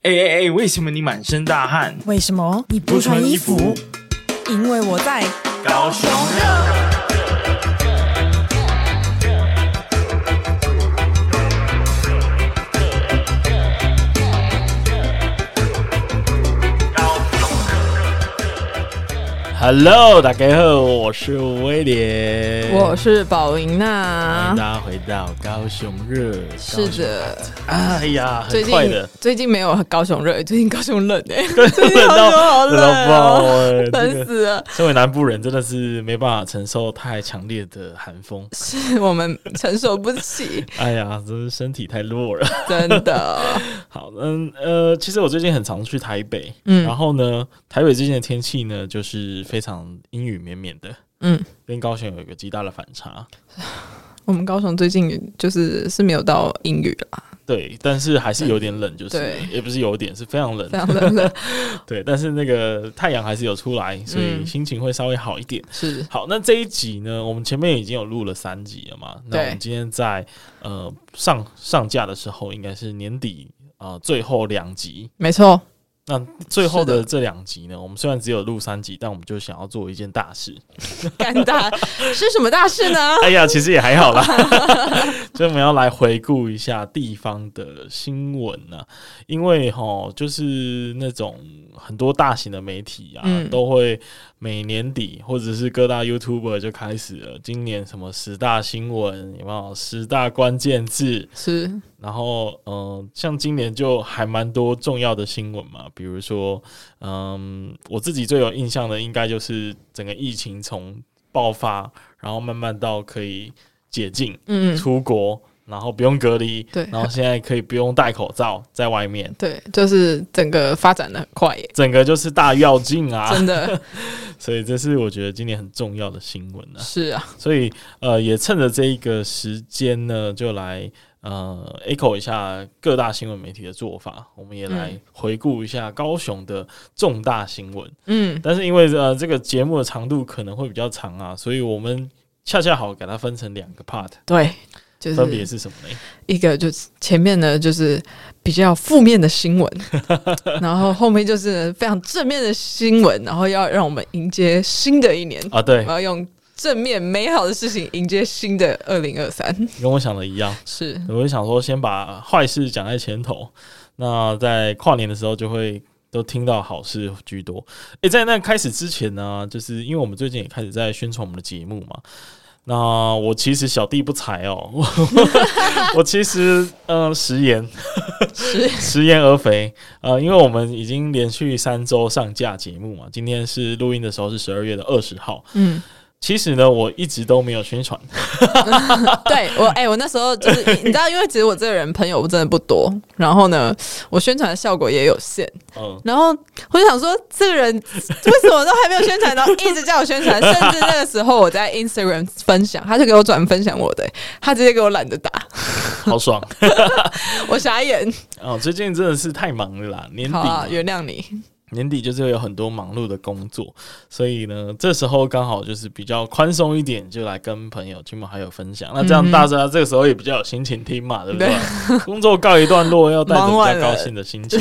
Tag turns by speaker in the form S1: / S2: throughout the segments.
S1: 哎哎哎，为什么你满身大汗？
S2: 为什么你不穿衣服？因为我在。
S1: 高雄
S3: Hello，大家好，我是威廉，
S4: 我是宝莹
S3: 欢
S2: 哎
S4: 娜
S3: 迎。大家回到高雄热，
S4: 是的，
S3: 高雄，哎呀，
S4: 最
S3: 很快
S4: 近
S3: 的，
S4: 最近没有高雄热，最近高雄冷 哎、欸，最近
S3: 冷
S4: 高
S3: 到
S4: 雄好
S3: 冷到
S4: 冷
S3: 爆
S4: 哦、
S3: 哎，这
S4: 冷
S3: 个
S4: 死了！
S3: 身为南部人真的是没办法承受太强烈的寒风，
S4: 是我们承受不起，
S3: 哎呀，真是身体太弱了。
S4: 真 的。
S3: 好，嗯呃，其实我最近很常去台北，
S4: 嗯
S3: 然后呢，台北最近的天气呢，就是非常阴雨绵绵的，
S4: 嗯，
S3: 跟高雄有一个极大的反差。
S4: 我们高雄最近就是是没有到英语啦，
S3: 对，但是还是有点冷，就是了
S4: 对
S3: 也不是有点，是非常冷
S4: 非，常 冷了。
S3: 对，但是那个太阳还是有出来，所以
S4: 嗯
S3: 心情会稍微好一点。
S4: 是
S3: 好，那这一集呢，我们前面已经有录了三集了嘛？那
S4: 对
S3: 我们今天在呃上上架的时候，应该是年底啊、呃最后两集。
S4: 没错，
S3: 那最后
S4: 是
S3: 的
S4: 的
S3: 这两集呢，我们虽然只有录三集，但我们就想要做一件大事。
S4: 干大 是什么大事呢？
S3: 哎呀，其实也还好 啦，所以我们要来回顾一下地方的新闻呢、因为哈，就是那种很多大型的媒体啊，
S4: 嗯
S3: 都会每年底或者是各大 YouTuber 就开始了，今年什么十大新闻有没有？十大关键字，
S4: 是
S3: 然后嗯、呃像今年就还蛮多重要的新闻嘛，比如说嗯、我自己最有印象的应该就是整个疫情从爆发，然后慢慢到可以解禁、
S4: 嗯，
S3: 出国，然后不用隔离，
S4: 对
S3: 然后现在可以不用戴口罩在外面，
S4: 对，就是整个发展的很快耶、
S3: 整个就是大跃进啊！
S4: 真的
S3: 所以这是我觉得今年很重要的新闻啊。
S4: 是啊，
S3: 所以呃，也趁着这一个时间呢，就来呃 echo 一下各大新闻媒体的做法，我们也来
S4: 嗯
S3: 回顾一下高雄的重大新闻。
S4: 嗯，
S3: 但是因为呃这个节目的长度可能会比较长啊，所以我们恰恰好给它分成两个 part，
S4: 对，就是
S3: 分别是什么呢？
S4: 一个就是前面呢就是比较负面的新闻，然后后面就是非常正面的新闻，然后要让我们迎接新的一年，
S3: 啊，对
S4: 我，要用正面美好的事情迎接新的二零二三。
S3: 跟我想的一样，
S4: 是，
S3: 我就想说先把坏事讲在前头，那在跨年的时候就会都听到好事居多。诶、在那开始之前呢，就是因为我们最近也开始在宣传我们的节目嘛。那我其实小弟不才哦， 我我其实呃食言
S4: 食
S3: 食言而肥呃，因为我们已经连续三周上架节目嘛，今天是录音的时候是十二月的二十号。
S4: 嗯，
S3: 其实呢，我一直都没有宣传，
S4: 对我，哎、我那时候就是你知道，因为其实我这个人朋友真的不多，然后呢，我宣传的效果也有限，
S3: 嗯，
S4: 然后我就想说，这个人为什么都还没有宣传，然后一直叫我宣传，甚至那个时候我在 Instagram 分享，他就给我转分享我的、他直接给我懒得打，
S3: 好爽
S4: 我傻眼。
S3: 哦！最近真的是太忙了啦，年底
S4: 好
S3: 嘛
S4: 啊，原谅 你。
S3: 年底就是会有很多忙碌的工作，所以呢，这时候刚好就是比较宽松一点，就来跟朋友、亲朋好友分享。那这
S4: 嗯
S3: 样大家这个时候也比较有心情听嘛，对不对？工作告一段落，要带着
S4: 忙
S3: 比
S4: 完
S3: 较
S4: 了
S3: 高兴的心情，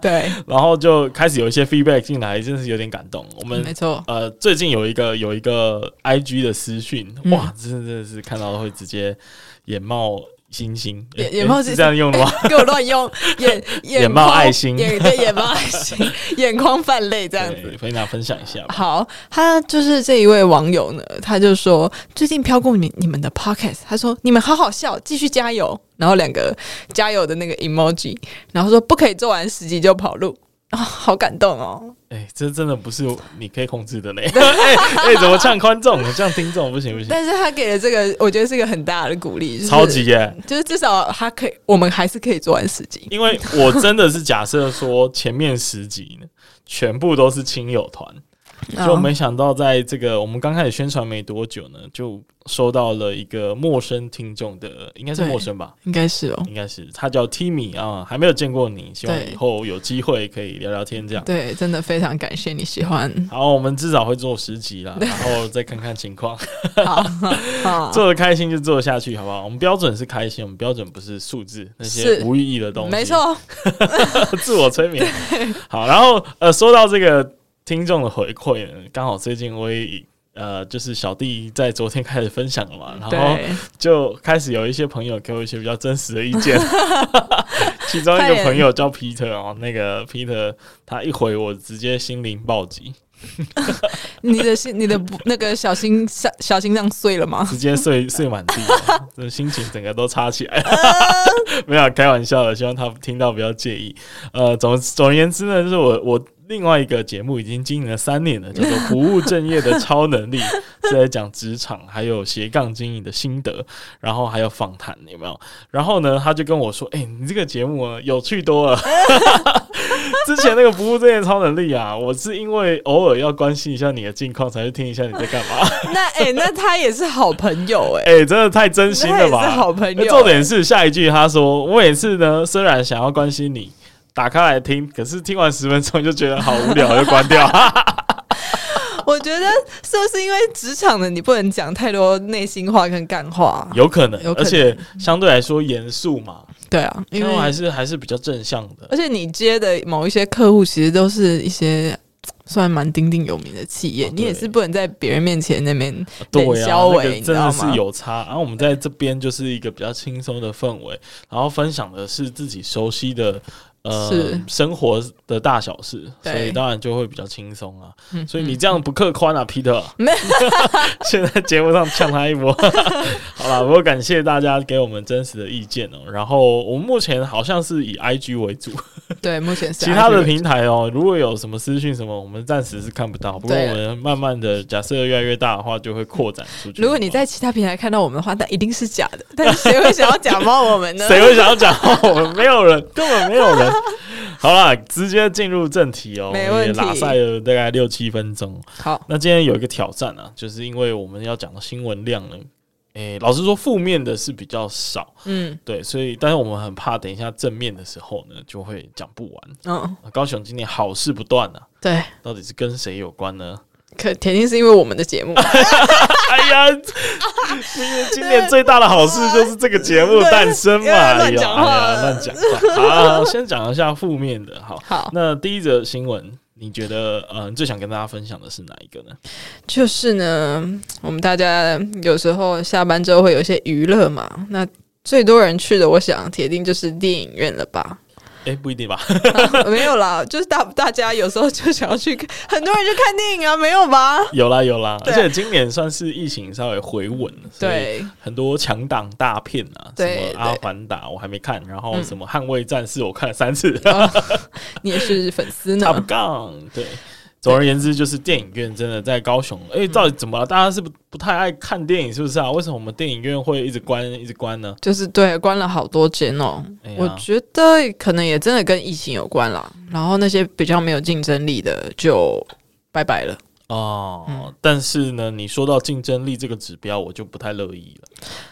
S4: 对，
S3: 然后就开始有一些 feedback 进来，真是有点感动。我们
S4: 没错，
S3: 呃，最近有一个有一个 IG 的私讯，
S4: 嗯
S3: 哇，真的真的是看到会直接眼冒星星，
S4: 眼
S3: 诶
S4: 眼冒
S3: 诶
S4: 星
S3: 是这样用的吗？
S4: 给我 乱用眼
S3: 眼冒
S4: 眶
S3: 爱心
S4: 眼对眼冒 爱心，眼眶泛泪 这样子。
S3: 对，可以拿分享一下吧。
S4: 好，他就是这一位网友呢，他就说最近飘过你你们的 podcast，他说你们好好笑，继续加油。然后两个加油的那个 emoji，然后说不可以做完十集就跑路啊、好感动哦！
S3: 哎、这真的不是你可以控制的嘞！ 哎哎、怎么呛观众？这样听众不行不行，
S4: 但是他给了这个，我觉得是一个很大的鼓励，就是、
S3: 超级，耶、
S4: 就是至少他可以，我们还是可以做完十集。
S3: 因为我真的是假设说前面十集呢，全部都是亲友团，
S4: 哦
S3: 就
S4: 嗯
S3: 没想到，在这个我们刚开始宣传没多久呢，就收到了一个陌生听众的，应该是
S4: 对
S3: 陌生吧，
S4: 应该是哦。
S3: 应该是他叫 Timmy 啊，还没有见过你，希望
S4: 对
S3: 以后有机会可以聊聊天这样。
S4: 对，真的非常感谢你喜欢。
S3: 好，我们至少会做十集啦，然后再看看情况，
S4: 好，好
S3: 做的开心就做得下去，好不好？我们标准是开心，我们标准不是数字那些
S4: 是
S3: 无意义的东西，
S4: 没，错，
S3: 自我催眠。好，然后呃，说到这个听众的回馈呢，刚好最近我也呃，就是小弟在昨天开始分享了嘛，然后
S4: 嗯对，
S3: 就开始有一些朋友给我一些比较真实的意 见，其中一个朋友叫 Peter 哦，那个 Peter 他一回我直接心灵暴击，
S4: 你的心，你的不那个小心小小心脏碎了吗？
S3: 直接睡睡满地哦，这心情整个都差起来。 没有开玩笑的，希望他听到不要介意。呃，总总而言之呢，就是我我。另外一个节目已经经营了三年了，叫做《不务正业的超能力》， 是在讲职场还有斜杠经营的心得，然后还有访谈，有没有？然后呢，他就跟我说：“哎、你这个节目啊有趣多了。 之前那个不务正业超能力啊，我是因为偶尔要关心一下你的近况，才去听一下你在干嘛。”
S4: 那哎、那他也是好朋友哎、
S3: 哎、真的太真心了吧！
S4: 那也是好朋友
S3: 那重点是下一句，他说：“我每次呢，虽然想要关心你，打开来听，可是听完十分钟就觉得好无聊，就关 掉。
S4: 我觉得是不是因为职场的你不能讲太多内心话跟干话？
S3: 有可能，
S4: 有可
S3: 而
S4: 能
S3: 且相对来说严肃嘛，
S4: 对啊，因
S3: 因为还
S4: 为
S3: 是还是比较正向的。
S4: 而且你接的某一些客户其实都是一些。算蛮鼎鼎有名的企业，
S3: 哦对
S4: 你也是不能在别人面前那边
S3: 对
S4: 冷
S3: 呀、
S4: 消
S3: 那
S4: 委
S3: 个
S4: 你
S3: 真
S4: 知
S3: 的
S4: 道
S3: 是
S4: 吗
S3: 有差。然后我们在这边就是一个比较轻松的氛围，然后分享的是自己熟悉的。呃
S4: 是，
S3: 生活的大小事，所
S4: 对
S3: 以当然就会比较轻松啊。
S4: 嗯
S3: 所以你这样不客观啊，Peter，
S4: 没
S3: 现在节目上呛他一 波。好啦，我感谢大家给我们真实的意见哦、然后我们目前好像是以 IG 为主，
S4: 嗯对，目前是
S3: 其他的
S4: IG
S3: 平台哦、如果有什么私讯什么，我们暂时是看不到。不过
S4: 对
S3: 我们慢慢的，假设越来越大的话，就会扩展出去。
S4: 如果你在其他平台看到我们的话，那一定是假的。但是谁会想要假冒我们呢？
S3: 谁会想要讲话？我们没有人，根本没有人。好啦，直接进入正题哦、
S4: 没
S3: 我们
S4: 问
S3: 也
S4: 题
S3: 拉赛了大概六七分钟。
S4: 好？
S3: 那今天有一个挑战啊，就是因为我们要讲的新闻量呢，诶、老实说负面的是比较少，
S4: 嗯
S3: 对，所以但是我们很怕等一下正面的时候呢，就会讲不完。
S4: 嗯，
S3: 高雄今年好事不断啊，
S4: 对，
S3: 到底是跟谁有关呢？
S4: 可肯定是因为我们的节目，
S3: 哎呀，今年今年最大的好事就是这个节目诞生嘛！
S4: 对
S3: 哎
S4: 乱
S3: 呀，
S4: 讲
S3: 哎
S4: 话
S3: 呀，乱讲话。好，先讲一下负面的。好，
S4: 好
S3: 那第一则新闻，你觉得呃，你最想跟大家分享的是哪一个呢？
S4: 就是呢，我们大家有时候下班之后会有一些娱乐嘛，那。最多人去的，我想铁定就是电影院了 吧？
S3: 哎、不一定吧？
S4: 啊没有啦，就是大大家有时候就想要去看，很多人就看电影啊，没有吧？
S3: 有啦有啦，而
S4: 对啊
S3: 且今年算是疫情稍微回稳了，所以
S4: 对
S3: 很多强档大片啊，什
S4: 对
S3: 么《阿凡达》我还没看，然后
S4: 嗯
S3: 什么《捍卫战士》我看了三次，
S4: 你也是粉丝 呢
S3: Top Gun，对。总而言之，就是电影院真的在高雄，哎、到底怎么了？大家是不不太爱看电影，是不是啊？为什么我们电影院会一直关，一直关呢？
S4: 就是对，关了好多间哦、
S3: 哎呀
S4: 我觉得可能也真的跟疫情有关啦。然后那些比较没有竞争力的就拜拜了。
S3: 哦，
S4: 嗯
S3: 但是呢，你说到竞争力这个指标，我就不太乐意了，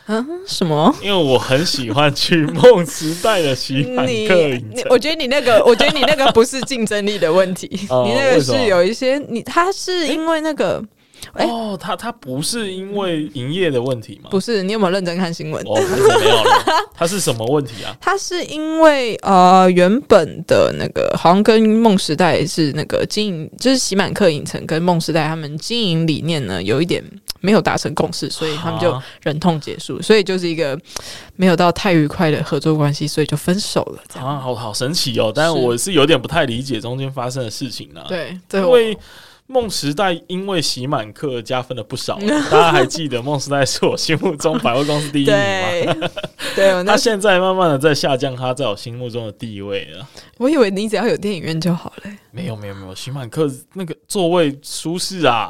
S4: 嗯，什么？
S3: 因为我很喜欢去梦时代的洗
S4: 你
S3: 碗客影
S4: 你
S3: 城，
S4: 我觉得你那个，我觉得你那个不是竞争力的问题，
S3: 哦
S4: 你那
S3: 为
S4: 个
S3: 什么
S4: 是有一些，你他是因为那个、哎
S3: 哦，他他不是因为营业的问题吗？
S4: 不是，你有没有认真看新闻？
S3: 哦，还是没有了。它是什么问题 啊？
S4: 他是因为呃原本的那个好像跟梦时代是那个经营，就是喜满客影城跟梦时代他们经营理念呢有一点没有达成共识，所以他们就
S3: 啊
S4: 忍痛结束，所以就是一个没有到太愉快的合作关系，所以就分手了。这样、
S3: 啊，好好神奇哦！但我是有点不太理解中间发生的事情啦。，
S4: 对，对
S3: 啊因
S4: 我
S3: 为梦时代因为洗满课加分了不 少，大家还记得梦时代是我心目中百货公司第一名吗？
S4: 对对，我
S3: 他
S4: 那
S3: 现在慢慢的在下降，他在我心目中的地位了。
S4: 我以为你只要有电影院就好了。
S3: 没 有没有没有，洗满课那个座位舒适啊，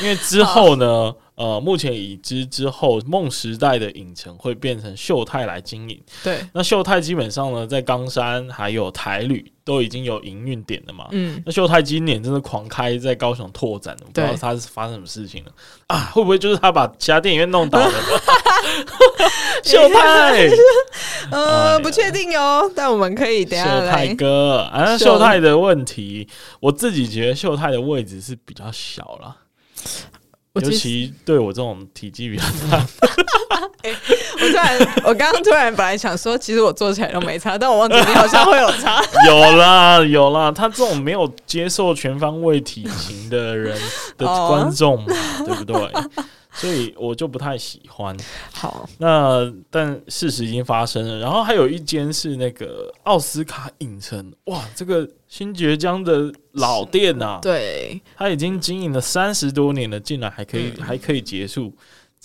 S3: 因为之后呢，呃，目前已知之后，梦时代的影城会变成秀泰来经营。
S4: 对，
S3: 那秀泰基本上呢，在冈山还有台旅都已经有营运点了嘛。
S4: 嗯，
S3: 那秀泰今年真的狂开，在高雄拓展，我不知道
S4: 对
S3: 他是发生什么事情了啊？会不会就是他把其他电影院弄 倒了？ 秀泰，啊
S4: 呃，不确定哦，但我们可以等一下
S3: 秀泰
S4: 来。
S3: 哥，啊，
S4: 秀
S3: 秀泰的问题，我自己觉得秀泰的位置是比较小啦，
S4: 我
S3: 尤
S4: 其实
S3: 其对我这种体积比较
S4: 我突然，我刚刚突然本来想说，其实我做起来都没差，但我忘记你 好像会有差。
S3: 有啦有啦，他这种没有接受全方位体型的人的
S4: 哦
S3: 观众嘛，对不对？所以我就不太喜欢。
S4: 好，
S3: 那但事实已经发生了，然后还有一间是那个奥斯卡影城，哇，这个新爵江的老店呐、啊，
S4: 对，
S3: 他已经经营了三十多年了，竟然还可以、还可以结束，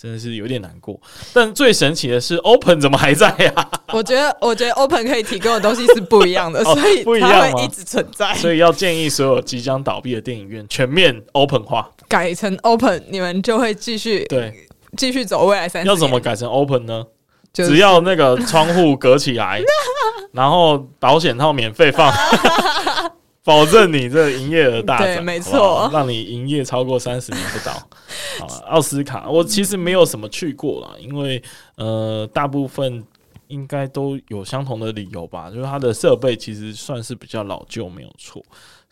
S3: 真的是有点难过。但最神奇的是，Open 怎么还在啊？
S4: 我觉得，我觉得 Open 可以提供的东西是不一样的，
S3: 哦
S4: 所以
S3: 不一样
S4: 它
S3: 吗
S4: 会一直存在。
S3: 所以要建议所有即将倒闭的电影院全面 Open 化。
S4: 改成 Open，你们就会继续
S3: 对，
S4: 继续走未来三十年。
S3: 要怎么改成 Open 呢？
S4: 就是
S3: 只要那个窗户隔起来，然后保险套免费 放，保证你这营业额大
S4: 对
S3: 涨，
S4: 没
S3: 好不好
S4: 错
S3: 让你营业超过三十年不倒。好吧，奥斯卡我其实没有什么去过啦，因为呃，大部分应该都有相同的理由吧，就是它的设备其实算是比较老旧，没有错。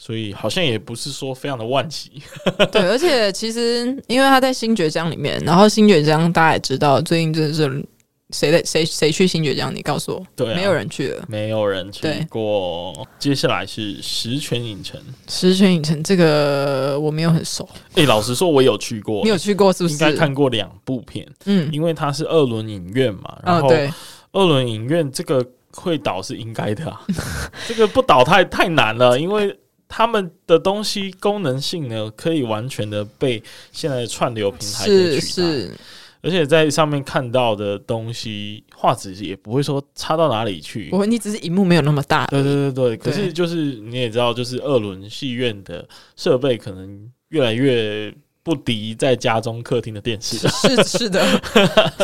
S3: 所以好像也不是说非常的万喜，
S4: 对，而且其实因为他在新爵江里面，然后新爵江大家也知道，最近真的是谁在谁谁去新爵江？你告诉我，
S3: 对啊
S4: 没有人去了。
S3: 没有人去
S4: 对
S3: 过。接下来是石泉影城，
S4: 石泉影城这个我没有很熟，
S3: 诶、老实说，我有去过，
S4: 你有去过是不
S3: 应该
S4: 是？
S3: 看过两部片，
S4: 嗯，
S3: 因为它是二轮影院嘛，然
S4: 啊，
S3: 后
S4: 对，
S3: 二轮影院这个会倒是应该的、啊，这个不倒太太难了，因为他们的东西功能性呢，可以完全的被现在的串流平台给取
S4: 是
S3: 代，
S4: 是，
S3: 而且在上面看到的东西画质也不会说差到哪里去。
S4: 我你只是荧幕没有那么大，
S3: 对对对对，可
S4: 对
S3: 是就是你也知道，就是二轮戏院的设备可能越来越不敌在家中客厅的电视。
S4: 是是的，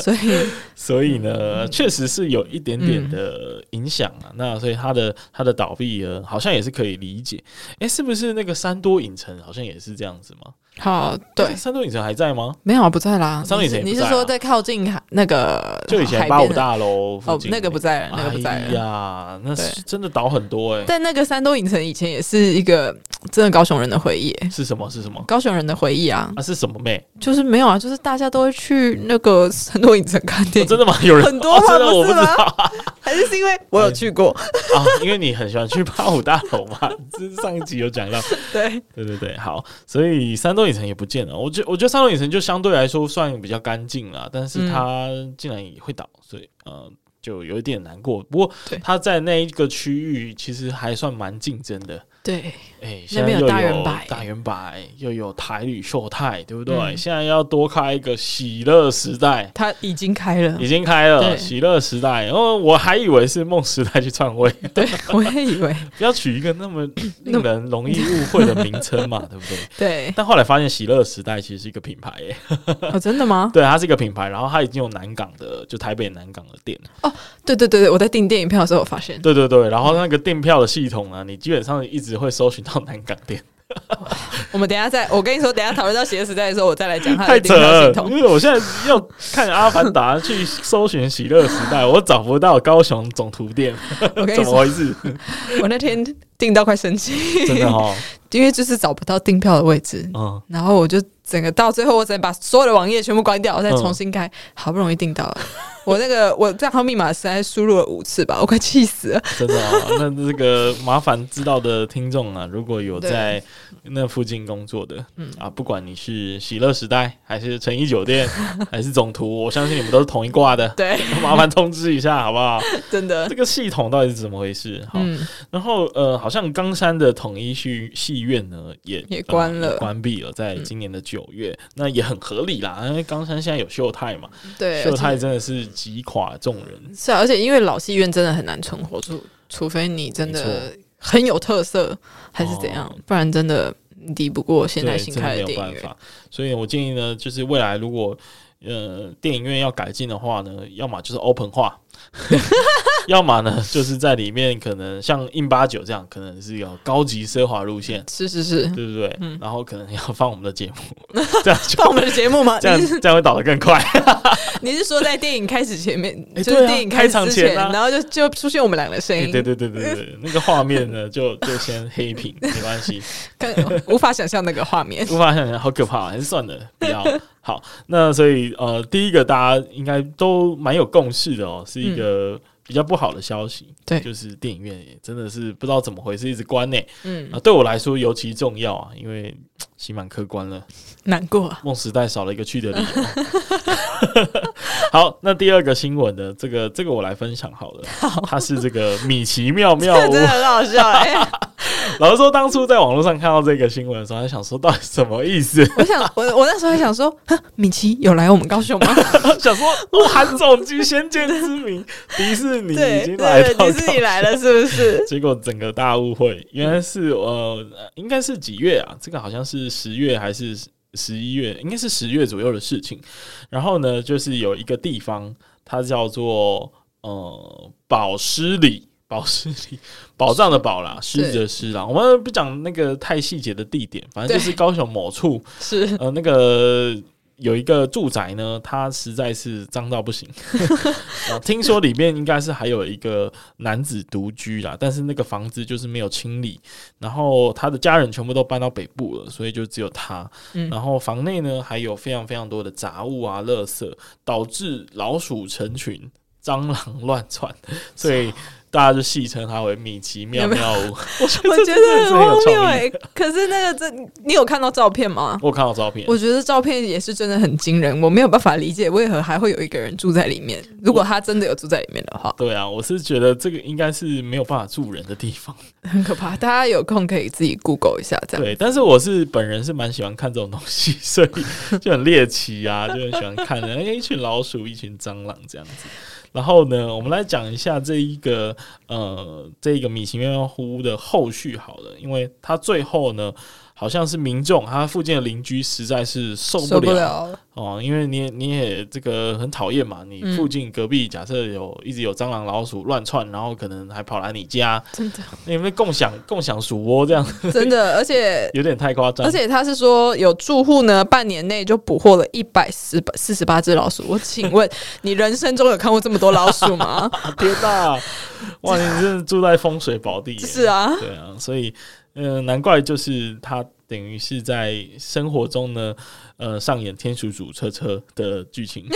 S4: 所以
S3: 所以
S4: 嗯
S3: 呢，确实是有一点点的影响啊。那所以它的它的倒闭呃，好像也是可以理解。诶，是不是那个三多影城好像也是这样子吗？
S4: 好对
S3: 诶，三多影城还在 吗？
S4: 没有啊不在啦，
S3: 上面以前也
S4: 你
S3: 不
S4: 是
S3: 在啊
S4: 说在靠近海那个
S3: 就以前
S4: 海
S3: 八
S4: 边
S3: 五
S4: 的
S3: 大楼附
S4: 哦
S3: 近、，
S4: 那个不在了，那个不在
S3: 哎
S4: 了。
S3: 呀，那是真的倒很多诶。
S4: 但那个山东影城以前也是一个真的高雄人的回忆耶，
S3: 是什么？是什么？
S4: 高雄人的回忆啊，
S3: 啊，是什么妹？
S4: 就是没有啊，就是大家都会去那个山东影城看
S3: 哦
S4: 电影，
S3: 真的 吗？有人
S4: 很多
S3: 哦
S4: 吗
S3: 真的我不
S4: 不
S3: 知
S4: 是吗
S3: 道
S4: 还是是因为我有去过，
S3: 啊，因为你很喜欢去八五大楼嘛， 这是上一集有讲到。
S4: 对，
S3: 对对对，好，所以山东影城也不见了。我觉我觉得山东影城就相对来说算比较干净啦，但是它
S4: 嗯
S3: 竟然也会倒，所以呃就有一点难过。不过
S4: 对
S3: 它在那一个区域其实还算蛮竞争的，
S4: 对，
S3: 哎、
S4: 那
S3: 现在
S4: 边
S3: 又有
S4: 有大圆柏
S3: 大圆柏又有台旅秀泰，对不对？
S4: 嗯
S3: 现在要多开一个喜乐时代。
S4: 他已经开了
S3: 已，经开了
S4: 嗯对
S3: 喜乐时代，哦，我还以为是梦时代去篡位，
S4: 对，我也以 为，
S3: 不要取一个那 么令人容易误会的名称 嘛，对不对？
S4: 对，
S3: 但后来发现，喜乐时代其实是一个品牌、 耶，
S4: 哦，真的吗？
S3: 对，它是一个品牌，然后它已经有南港的，就台北南港的店，
S4: 对对对对，我在订电影票的时候我发现，
S3: 对对对，然后那个订票的系统呢，你基本上一直会搜寻到南港 店，
S4: 我们等一下再，我跟你说，等一下讨论到鞋时代的时候，我再来讲他
S3: 太
S4: 的
S3: 扯
S4: 订票
S3: 了
S4: 系，统。
S3: 因为我现在要看《阿凡达》去搜寻喜乐时代，我找不到高雄总图店，
S4: 我跟
S3: 怎么
S4: 你说，
S3: 回事？
S4: 我那天订到快生气，
S3: 真的哦，
S4: 因为就是找不到订票的位置，
S3: 嗯，
S4: 然后我就整个到最后，我只能把所有的网页全部关掉，我
S3: 嗯
S4: 再重新开。好不容易订到了， 我那个我账号密码实在输入了五次吧，我快气死 了。
S3: 真的哦，那这个麻烦知道的听众啊，如果有
S4: 对嗯
S3: 在那附近工作的，啊，不管你是喜乐时代还是诚意酒 店还是总图，我相信你们都是同一挂的，
S4: 对，
S3: 麻烦通知一下好不好？
S4: 真的
S3: 这，个系统到底是怎么回事？好，
S4: 嗯，
S3: 然后呃，好像冈山的统一戏戏院呢也
S4: 也关
S3: 呃
S4: 了嗯
S3: 关闭了，在今年的九月，那也很合理啦，因为冈山现在有秀泰嘛，
S4: 对，
S3: 秀
S4: 而
S3: 泰
S4: 且
S3: 真的是击垮众人，
S4: 是啊，而且因为老戏院真的很难存活，除除非你真
S3: 没
S4: 的很有特色还是怎样
S3: 哦，
S4: 不然真的敌不过现在
S3: 对，
S4: 新
S3: 真的
S4: 开
S3: 没
S4: 的
S3: 有
S4: 电影
S3: 办
S4: 院。
S3: 法。所以我建议呢，就是未来如果呃电影院要改进的话呢，要么就是 open 化，要么呢就是在里面可能像印八九这样，可能是有高级奢华路线，
S4: 是是是，
S3: 对不对？然后可能要放我们的节目， 这样就
S4: 嗯放我们的节目吗？
S3: 这 样
S4: 你是
S3: 这样会倒得更快。
S4: 你是说在电影开始前面，
S3: 哎
S4: 就是
S3: 对啊
S4: 电影开
S3: 开场
S4: 始之
S3: 前
S4: 前，
S3: 啊
S4: 然后就就出现我们两个声
S3: 对
S4: 音，
S3: 对对对对对，那个画面呢，就就先黑屏，没关系。
S4: 更无法想象那个画面。
S3: 无法想象，好可怕，还是算了，不 要。好，那所以呃，第一个大家应该都蛮有共识的哦，是一个比较不好的消息，
S4: 嗯对
S3: 就是电影院也真的是不知道怎么回事，一直关呢、
S4: 嗯
S3: 啊，，对我来说尤其重要啊，因为嘖刑满客观了，
S4: 难过啊，
S3: 梦时代少了一个去的理由。 好，那第二个新闻呢，这个这个我来分享好了，它是这个米奇妙妙
S4: 真
S3: 屋。
S4: 的很 好笑。哎，
S3: 老实说，当初在网络上看到这个新闻的时候，还想说到底什么意思？
S4: 我想，我我那时候还想说， 哼米奇有来我们高雄 吗？
S3: 想说，哇，韩总局先见之明，迪士尼已
S4: 对
S3: 经来
S4: 对，
S3: 到
S4: 迪士尼来了，是不是？
S3: 结果整个大误会，原来是呃，应该是几月啊？这个好像是十月还是十一月？应该是十月左右的事情。然后呢，就是有一个地方，它叫做呃保湿里。保湿里，宝藏的宝啦，
S4: 是
S3: 狮子的狮啦。我们不讲那个太细节的地点，反正就是
S4: 对
S3: 高雄某处，
S4: 是
S3: 呃，那个有一个住宅呢，它实在是脏到不行。 呃听说里面应该是还有一个男子独居啦，但是那个房子就是没有清理，然后他的家人全部都搬到北部了，所以就只有他。
S4: 嗯
S3: 然后房内呢还有非常非常多的杂物啊、垃圾，导致老鼠成群、蟑螂乱 窜，所以大家就戏称它为“米奇妙
S4: 有没有
S3: 妙屋”。
S4: 我
S3: 这
S4: 觉
S3: 真
S4: 得
S3: 的是
S4: 很
S3: 很有
S4: 荒谬
S3: 创意
S4: 哎、可是那个真，你有看到照片吗？
S3: 我有看到照片，
S4: 我觉得照片也是真的很惊人，我没有办法理解为何还会有一个人住在里面。如果他真的有住在里面的话，
S3: 对啊，我是觉得这个应该是没有办法住人的地方。
S4: 很可怕。大家有空可以自己 Google 一下，这样
S3: 对，但是我是本人是蛮喜欢看这种东西，所以就很猎奇啊，就很喜欢看的。哎，一群老鼠，一群蟑螂这样子。然后呢，我们来讲一下这一个呃，这一个米奇妙妙屋的后续好了，因为它最后呢，好像是民众他附近的邻居实在是受不
S4: 受不
S3: 了
S4: 了。
S3: 哦，因为你也你也这个很讨厌嘛，你
S4: 嗯
S3: 附近隔壁假设有一直有蟑螂、老鼠乱窜，然后可能还跑来你家，
S4: 真的，
S3: 那有没有共享共享鼠窝这样？
S4: 真的，而 且
S3: 有点太夸张。
S4: 而且他是说，有住户呢，半年内就捕获了一百四四十八只老鼠。我请问，你人生中有看过这么多老鼠 吗？
S3: 天哪，哇，你真的住在风水宝地耶，
S4: 是啊，
S3: 对啊，所以呃，难怪就是他等于是在生活中呢，呃，上演天竺鼠车车的剧情。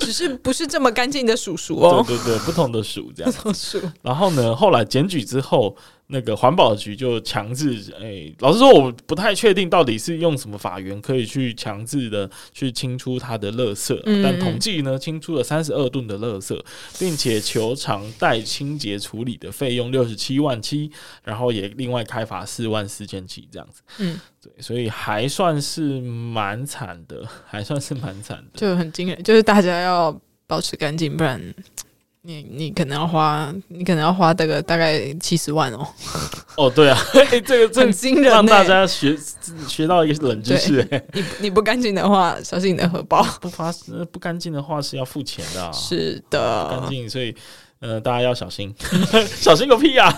S4: 只是不是这么干净的鼠鼠
S3: 对
S4: 哦，
S3: 对对，不同的鼠这样。
S4: 老鼠。
S3: 然后呢，后来检举之后，那个环保局就强制，诶、老实说，我不太确定到底是用什么法源可以去强制的去清出它的垃圾，啊
S4: 嗯
S3: 但统计呢，清出了三十二吨的垃圾，并且求偿代清洁处理的费用六十七万七，然后也另外开罚四万四千七这样子，
S4: 嗯，
S3: 对，所以还算是蛮惨的， 还算是蛮惨的，
S4: 就很惊人，就是大家要保持干净，不然你你可能要花，你可能要花大概大概七十万哦，
S3: 哦，对啊， 嘿这个这
S4: 很
S3: 个
S4: 惊人、欸。
S3: 让大家学学到一个冷知识、欸。
S4: 你你不干净的话，小心你的荷包。
S3: 不发呃不干净的话是要付钱的、啊，
S4: 是
S3: 不干
S4: 的，
S3: 净，所以呃大家要小心， 小心个屁啊！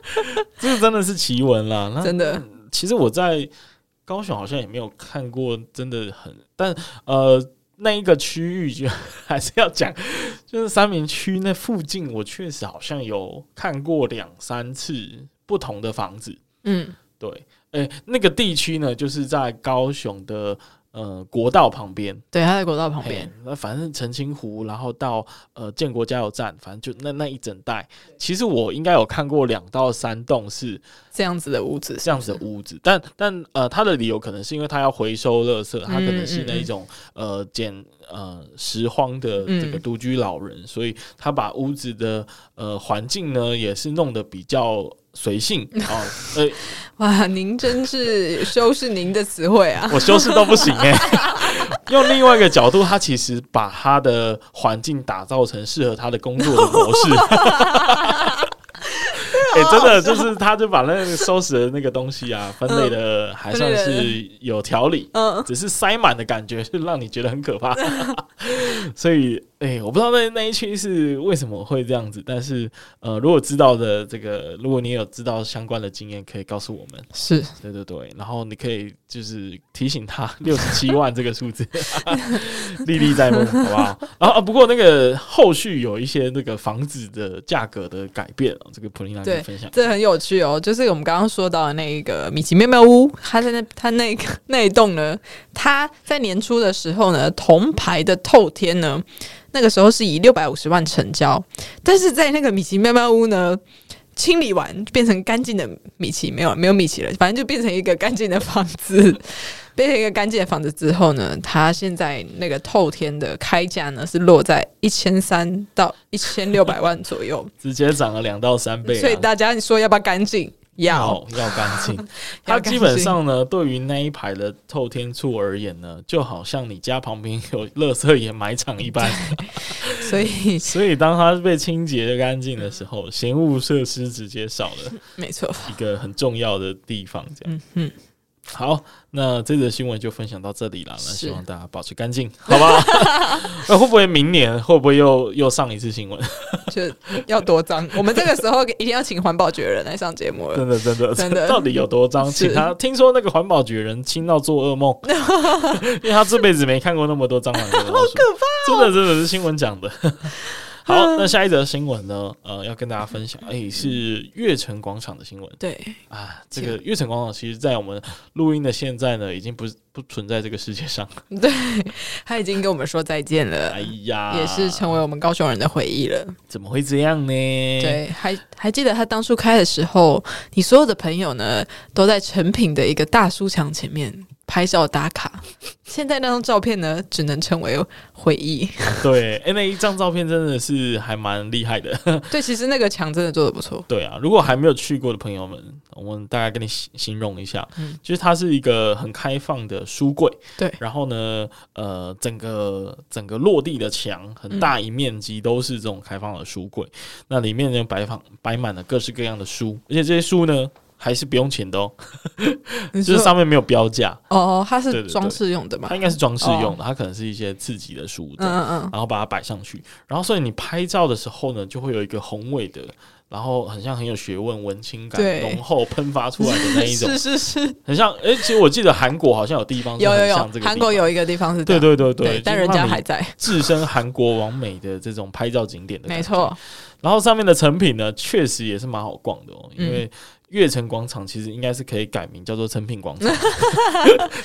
S3: 这真的是奇闻啦。那
S4: 真的
S3: 其实我在高雄好像也没有看过，真的很，但呃那一个区域就还是要讲，就是三明区那附近，我确实好像有看过两三次不同的房子，
S4: 嗯，
S3: 对，诶、那个地区呢，就是在高雄的呃国道旁边。
S4: 对，他在国道旁
S3: 嘿
S4: 边，
S3: 那反正澄清湖，然后到呃建国加油站，反正就那那一整带，其实我应该有看过两到三栋是
S4: 这样子的屋子，
S3: 这样子的屋子，但但呃，他的理由可能是因为他要回收垃圾，他可能是那一种、呃捡呃拾荒的这个
S4: 嗯
S3: 独居老人，所以他把屋子的呃环境呢也是弄得比较随 性哦，呃，
S4: 哇，您真是修饰您的词汇啊！
S3: 我修饰都不行 哎、用另外一个角度，他其实把他的 环境打造成适合他的工作的模式。哎、真
S4: 啊
S3: 的就是，他就把那个收拾的那个东西啊，分类的还算
S4: 嗯分
S3: 是有条理，
S4: 嗯，
S3: 只是塞满的感觉是让你觉得很可怕。 所以，哎、我不知道那那一区是为什么会这样子，但是呃，如果知道的这个，如果你有知道相关的经验，可以告诉我们。
S4: 是
S3: 对对对，然后你可以就是提醒他六十七万这个数字， 历历在目，好不好？然后啊，不过那个后续有一些那个房子的价格的改变哦，这个普林娜可以
S4: 对
S3: 分享。
S4: 这很有趣哦，就是我们刚刚说到的那一个米奇妙妙屋，它在那它那个 那一栋呢，它在年初的时候呢，铜牌的透天呢，那个时候是以六百五十万成交，但是在那个米奇妙妙屋呢。清理完变成干净的米奇，没有没有米奇了，反正就变成一个干净的房子， 变成一个干净的房子之后呢，它现在那个透天的开价呢是落在一千三到一千六百万左右，
S3: 直接涨了两到三倍、啊，
S4: 所以大家你说要不要干净？要
S3: 要要干 净。它
S4: 要干净
S3: 基本上呢，对于那一排的透天处而言呢，就好像你家旁边有垃圾掩埋场一般。
S4: 所以
S3: 所以当它被清洁的干净的时候，嫌恶设施直接少了
S4: 没错，
S3: 一个很重要的地方。这样
S4: 嗯嗯，
S3: 好，那这则新闻就分享到这里了。那
S4: 是
S3: 希望大家保持干净，好不好？ 那会不会明年会不会又又上一次新闻？
S4: 就要多脏。我们这个时候一定要请环保局的人来上节目了。
S3: 呃真的真 的
S4: 真的
S3: 到底有多脏？
S4: 是
S3: 请他听说那个环保局的人亲到做噩 梦，因为他这辈子没看过那么多蟑螂，好可怕、哦嗯真的真的是新闻讲 的。好，那下一则新闻呢？呃，要跟大家分享，哎、是悦城广场的新闻
S4: 对，
S3: 啊。这个悦城广场，其实在我们录音的现在呢，已经不是不存在这个世界 上。
S4: 他已经跟我们说再见了
S3: 哎，呀，
S4: 也是成为我们高雄人的回忆了。
S3: 怎么会这样呢？
S4: 对，还还记得他当初开的时候，你所有的朋友呢都在成品的一个大书墙前面拍照打卡。现在那张照片呢，只能成为回忆。
S3: 对，哎、那一张照片真的是还蛮厉害的。
S4: 对，其实那个墙真的做的不错。
S3: 对啊，如果还没有去过的朋友们，我们大概跟你形形容一下，
S4: 嗯
S3: 就是它是一个很开放的书柜，
S4: 对
S3: 然后呢，呃，整个整个落地的墙很大一面积都是这种开放的书柜，那里面呢摆放摆满了各式各样的书，而且这些书呢还是不用钱的哦，
S4: 就
S3: 就是上面没有标价，
S4: 哦，它
S3: 对
S4: 是
S3: 对对
S4: 装饰用的嘛
S3: 它？应该是装饰用的，它可能是一些刺激的书这样
S4: 哦嗯嗯嗯，
S3: 然后把它摆上去，然后所以你拍照的时候呢，就会有一个宏伟的，然后很像很有学问、文青感
S4: 对
S3: 浓厚喷发出来的那一种，
S4: 是是是，
S3: 很像。哎、其实我记得韩国好像有地方是
S4: 有有
S3: 很像这个
S4: 有，
S3: 地方
S4: 韩国有一个地方是这
S3: 对对
S4: 样，
S3: 对
S4: 对
S3: 对，
S4: 但
S3: 就是
S4: 人家
S3: 让你
S4: 还在，
S3: 置身韩国完美的这种拍照景点的，
S4: 没。错，
S3: 然后上面的成品呢，确实也是蛮好逛的哦，
S4: 嗯
S3: 因为悦城广场其实应该是可以改名叫做成品广 场，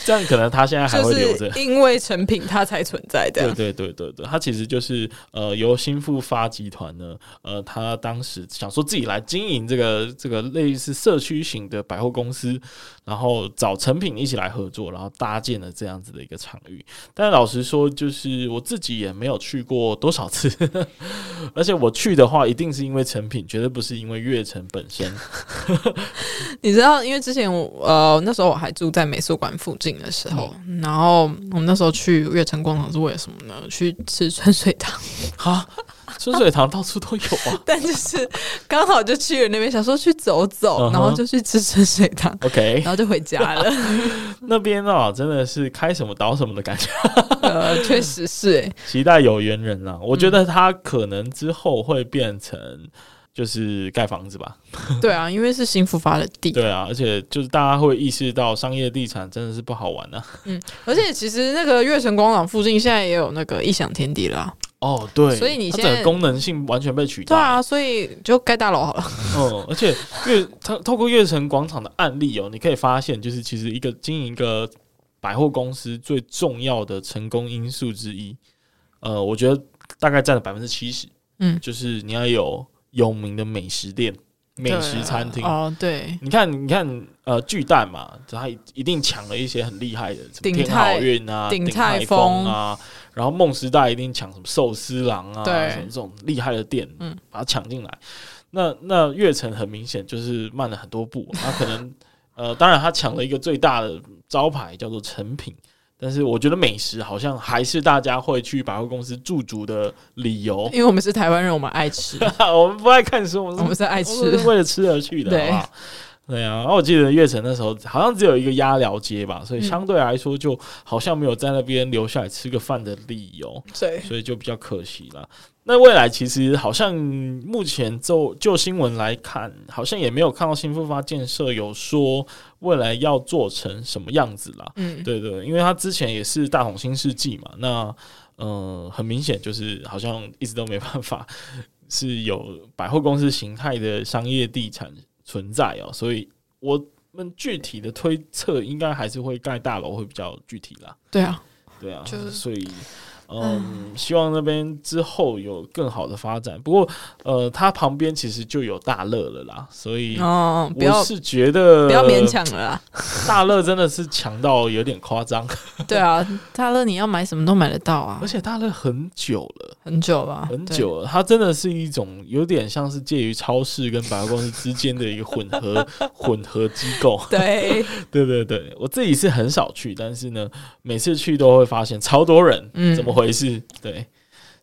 S3: 这样可能它现在还
S4: 就
S3: 会留
S4: 是
S3: 着。
S4: 因为成品它才存在
S3: 对
S4: 的，
S3: 对对对对，它其实就是呃由新复发集团呢，呃，他当时想说自己来经营这个这个类似社区型的百货公司，然后找成品一起来合作，然后搭建了这样子的一个场域。但老实说，就是我自己也没有去过多少次， 而且我去的话，一定是因为成品，绝对不是因为悦城本身。
S4: 你知道，因为之前我呃那时候我还住在美术馆附近的时候，
S3: 嗯
S4: 然后我们那时候去悦城广场是为了什么呢？去吃春水堂，
S3: 哈，春水堂到处都有啊。
S4: 但就是刚好就去了那边，想说去走走，
S3: 嗯哼
S4: 然后就去吃春水 堂。
S3: OK，
S4: 然后就回家了，
S3: 那边啊，真的是开什么倒什么的感觉。
S4: 呃，确实是、欸，
S3: 期待有缘人啦、我觉得他可能之后会变成就是盖房子吧，
S4: 对啊，因为是新复发的地，
S3: 对啊，而且就是大家会意识到商业地产真的是不好玩啊。
S4: 而且其实那个悦城广场附近现在也有那个异想天地啦、
S3: 哦，对
S4: 所以你
S3: 它
S4: 现
S3: 整
S4: 在
S3: 个功能性完全被取代，
S4: 对啊，所以就盖大楼好了。
S3: 嗯，而且越它透过悦城广场的案例哦，你可以发现，就是其实一个经营一个百货公司最重要的成功因素之一，呃，我觉得大概占了百分之七十，
S4: 嗯
S3: 就是你要有有名的美食店、 美食餐厅
S4: 对啊哦，对，
S3: 你看，你看，呃，巨蛋嘛，它一一定抢了一些很厉害的，什么
S4: 鼎
S3: 天
S4: 泰
S3: 好运啊、
S4: 鼎
S3: 鼎
S4: 泰
S3: 泰丰啊，然后梦时代一定抢什么寿司郎啊，
S4: 对
S3: 什么这种厉害的店，
S4: 嗯
S3: 把它抢进来。那那悦城很明显就是慢了很 多步，它可能呃，当然它抢了一个最大的招牌叫做成品，但但是我觉得美食好像还是大家会去百货公司驻足的理由。
S4: 因为我们是台湾人，我们爱 吃，
S3: 我们不爱看书，我
S4: 我
S3: 们
S4: 们
S3: 是
S4: 是爱
S3: 我们
S4: 吃
S3: 是。为了吃而去的，
S4: 对
S3: 好不好？对啊，然后我记得悦城那时候好像只有一个鸭寮街吧，
S4: 嗯
S3: 所以相对来说就好像没有在那边留下来吃个饭的理由。
S4: 对，
S3: 所以就比较可惜了。那未来其实好像目前就就新闻来看，好像也没有看到新复发建设有说未来要做成什么样子啦。
S4: 嗯，
S3: 对对，因为它之前也是大同新世纪嘛，那呃，很明显就是好像一直都没办法是有百货公司形态的商业地产存在哦，所以我们具体的推测应该还是会盖大楼会比较具体啦。
S4: 对啊，
S3: 对啊，
S4: 就是
S3: 所以。嗯，希望那边之后有更好的发展。不过，呃，它旁边其实就有大乐了啦，所以
S4: 哦，不
S3: 我
S4: 要
S3: 是觉得
S4: 不要勉强了啦。
S3: 大乐真的是强到有点夸张，
S4: 对啊，大乐你要买什么都买得到啊
S3: 而，且大乐很久了，
S4: 很久吧，
S3: 很久了，它真的是一种有点像是介于超市跟百货公司之间的一个混合 混合机构。
S4: 对。对，
S3: 对对对，我自己是很少去，但是呢，每次去都会发现超多人，
S4: 嗯
S3: 怎么回事？对，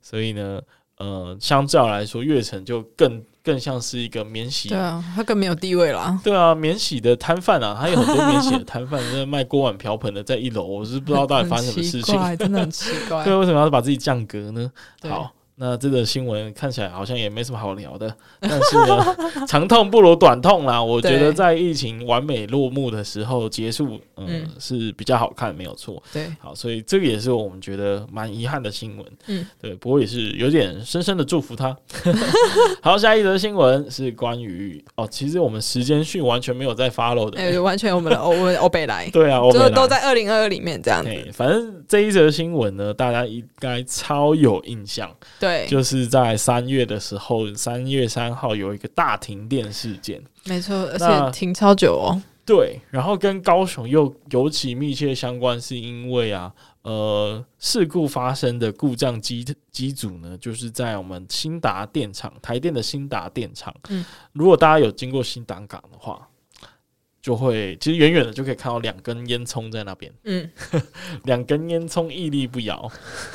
S3: 所以呢，呃，相较来说，悦城就更更像是一个免洗
S4: 对。啊，他更没有地位啦。
S3: 对啊，免洗的摊贩啊，还有很多免洗的摊贩在卖锅碗瓢盆的，在一楼，我是不知道到底发生什么事情
S4: 很奇。怪，真的很奇 怪。
S3: 对，为什么要把自己降格呢？
S4: 对
S3: 好，那这个新闻看起来好像也没什么好聊的， 但是呢，长痛不如短痛啦。我觉
S4: 对
S3: 得在疫情完美落幕的时候结束，嗯
S4: 嗯，
S3: 是比较好看，没有错。
S4: 对，
S3: 好，所以这个也是我们觉得蛮遗憾的新闻。
S4: 嗯，
S3: 对，不过也是有点深深的祝福他。 好，下一则新闻是关于哦，其实我们时间序完全没有在 follow 的。
S4: 哎、完全我们的欧 我们的欧北来，
S3: 对啊，我
S4: 就
S3: 们
S4: 都
S3: 来
S4: 在二零二二里面这样子。
S3: 哎，反正这一则新闻呢，大家应该超有印象，
S4: 对，
S3: 就是在三月的时候，三月三号有一个大停电事件。
S4: 没错，而
S3: 那
S4: 且停超久哦。
S3: 对，然后跟高雄又尤其密切相关，是因为啊，呃，事故发生的故障机机组呢，就是在我们新达电厂，台电的新达电厂。
S4: 嗯，
S3: 如果大家有经过新达港的话，就会其实远远的就可以看到两根烟囱在那边。
S4: 嗯，
S3: 两根烟囱屹立不摇。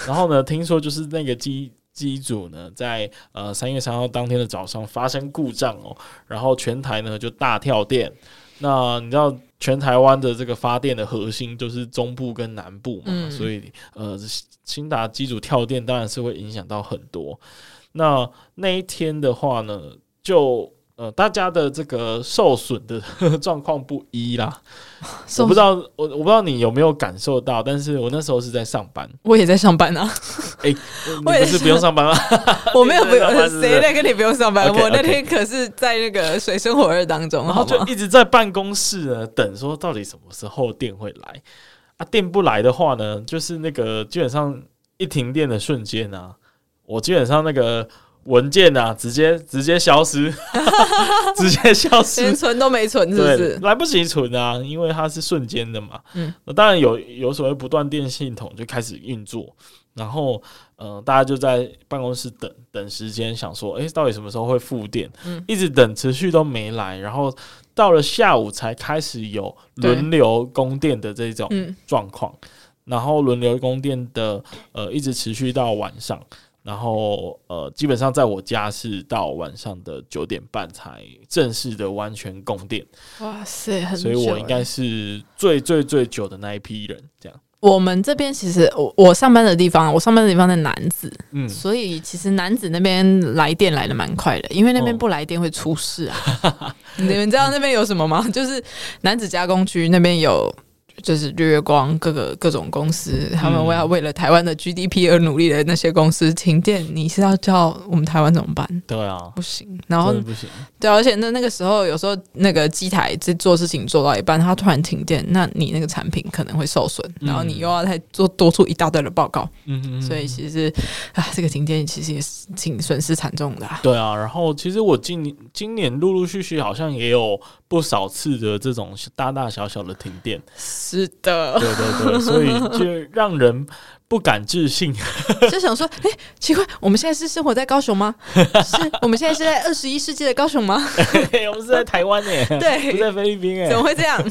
S3: 然后呢，听说就是那个机机组呢，在呃三月三号当天的早上发生故障哦，然后全台呢就大跳电。那你知道全台湾的这个发电的核心就是中部跟南部嘛，
S4: 嗯
S3: 所以呃新达机组跳电当然是会影响到很多。那那一天的话呢，就呃大家的这个受损的 状况不一啦，我不知道，我我不知道你有没有感受到，但是我那时候是在上班，
S4: 我也在上班啊，
S3: 你
S4: 我也
S3: 不是不用上班吗？
S4: 我没有不用
S3: 上班是不是
S4: 谁在跟你不用上班
S3: OK，OK
S4: 我那天可是在那个水深火热当 中，
S3: 然后
S4: 好
S3: 就
S4: 吗？
S3: 一直在办公室呢等，说到底什么时候电会来啊？电不来的话呢，就是那个基本上一停电的瞬间啊，我基本上那个文件啊，直接直接消失， 直接消失
S4: 连，存都没存，是不
S3: 对，
S4: 是？
S3: 来不及存啊，因为它是瞬间的嘛。
S4: 嗯，
S3: 那当然有有所谓不断电系统就开始运作，然后呃，大家就在办公室等等时间，想说，诶，到底什么时候会复电？
S4: 嗯
S3: 一直等，持续都没来，然后到了下午才开始有轮流供电的这种
S4: 嗯
S3: 状况，然后轮流供电的呃，一直持续到晚上。然后呃，基本上在我家是到晚上的九点半才正式的完全供电。
S4: 哇塞，很久
S3: 所
S4: 欸。
S3: 以我应该是最最最久的那一批人，这样。
S4: 我们这边其实我我上班的地方，我上班的地方在南子，
S3: 嗯，
S4: 所以其实男子那边来电来的蛮快的，因为那边
S3: 哦
S4: 不来电会出事啊。你们知 道那边有什么吗？就是男子加工区那边有。就是日月光各个各种公司，他
S3: 嗯
S4: 们为要为了台湾的 GDP 而努力的那些公司停电，你是要叫我们台湾怎么办？
S3: 对啊，
S4: 不行。然后
S3: 真的不行。
S4: 对啊，而且那那个时候有时候那个机台在做事情做到一半，它突然停电，那你那个产品可能会受损，
S3: 嗯
S4: 然后你又要再做多出一大堆的报告。
S3: 嗯嗯，嗯
S4: 所以其实啊，这个停电其实也是挺损失惨重的、啊。
S3: 对啊。然后其实我今年今年陆陆续续好像也有不少次的这种大大小小的停 电，
S4: 是的，
S3: 对对对，所以就让人不敢置信。
S4: 就想说，哎、奇怪，我们现在是生活在高 雄吗？是我们现在是在二十一世纪的高雄吗？
S3: 我们是在台湾呢，
S4: 对
S3: 不在菲律宾哎
S4: 怎。么会这 样？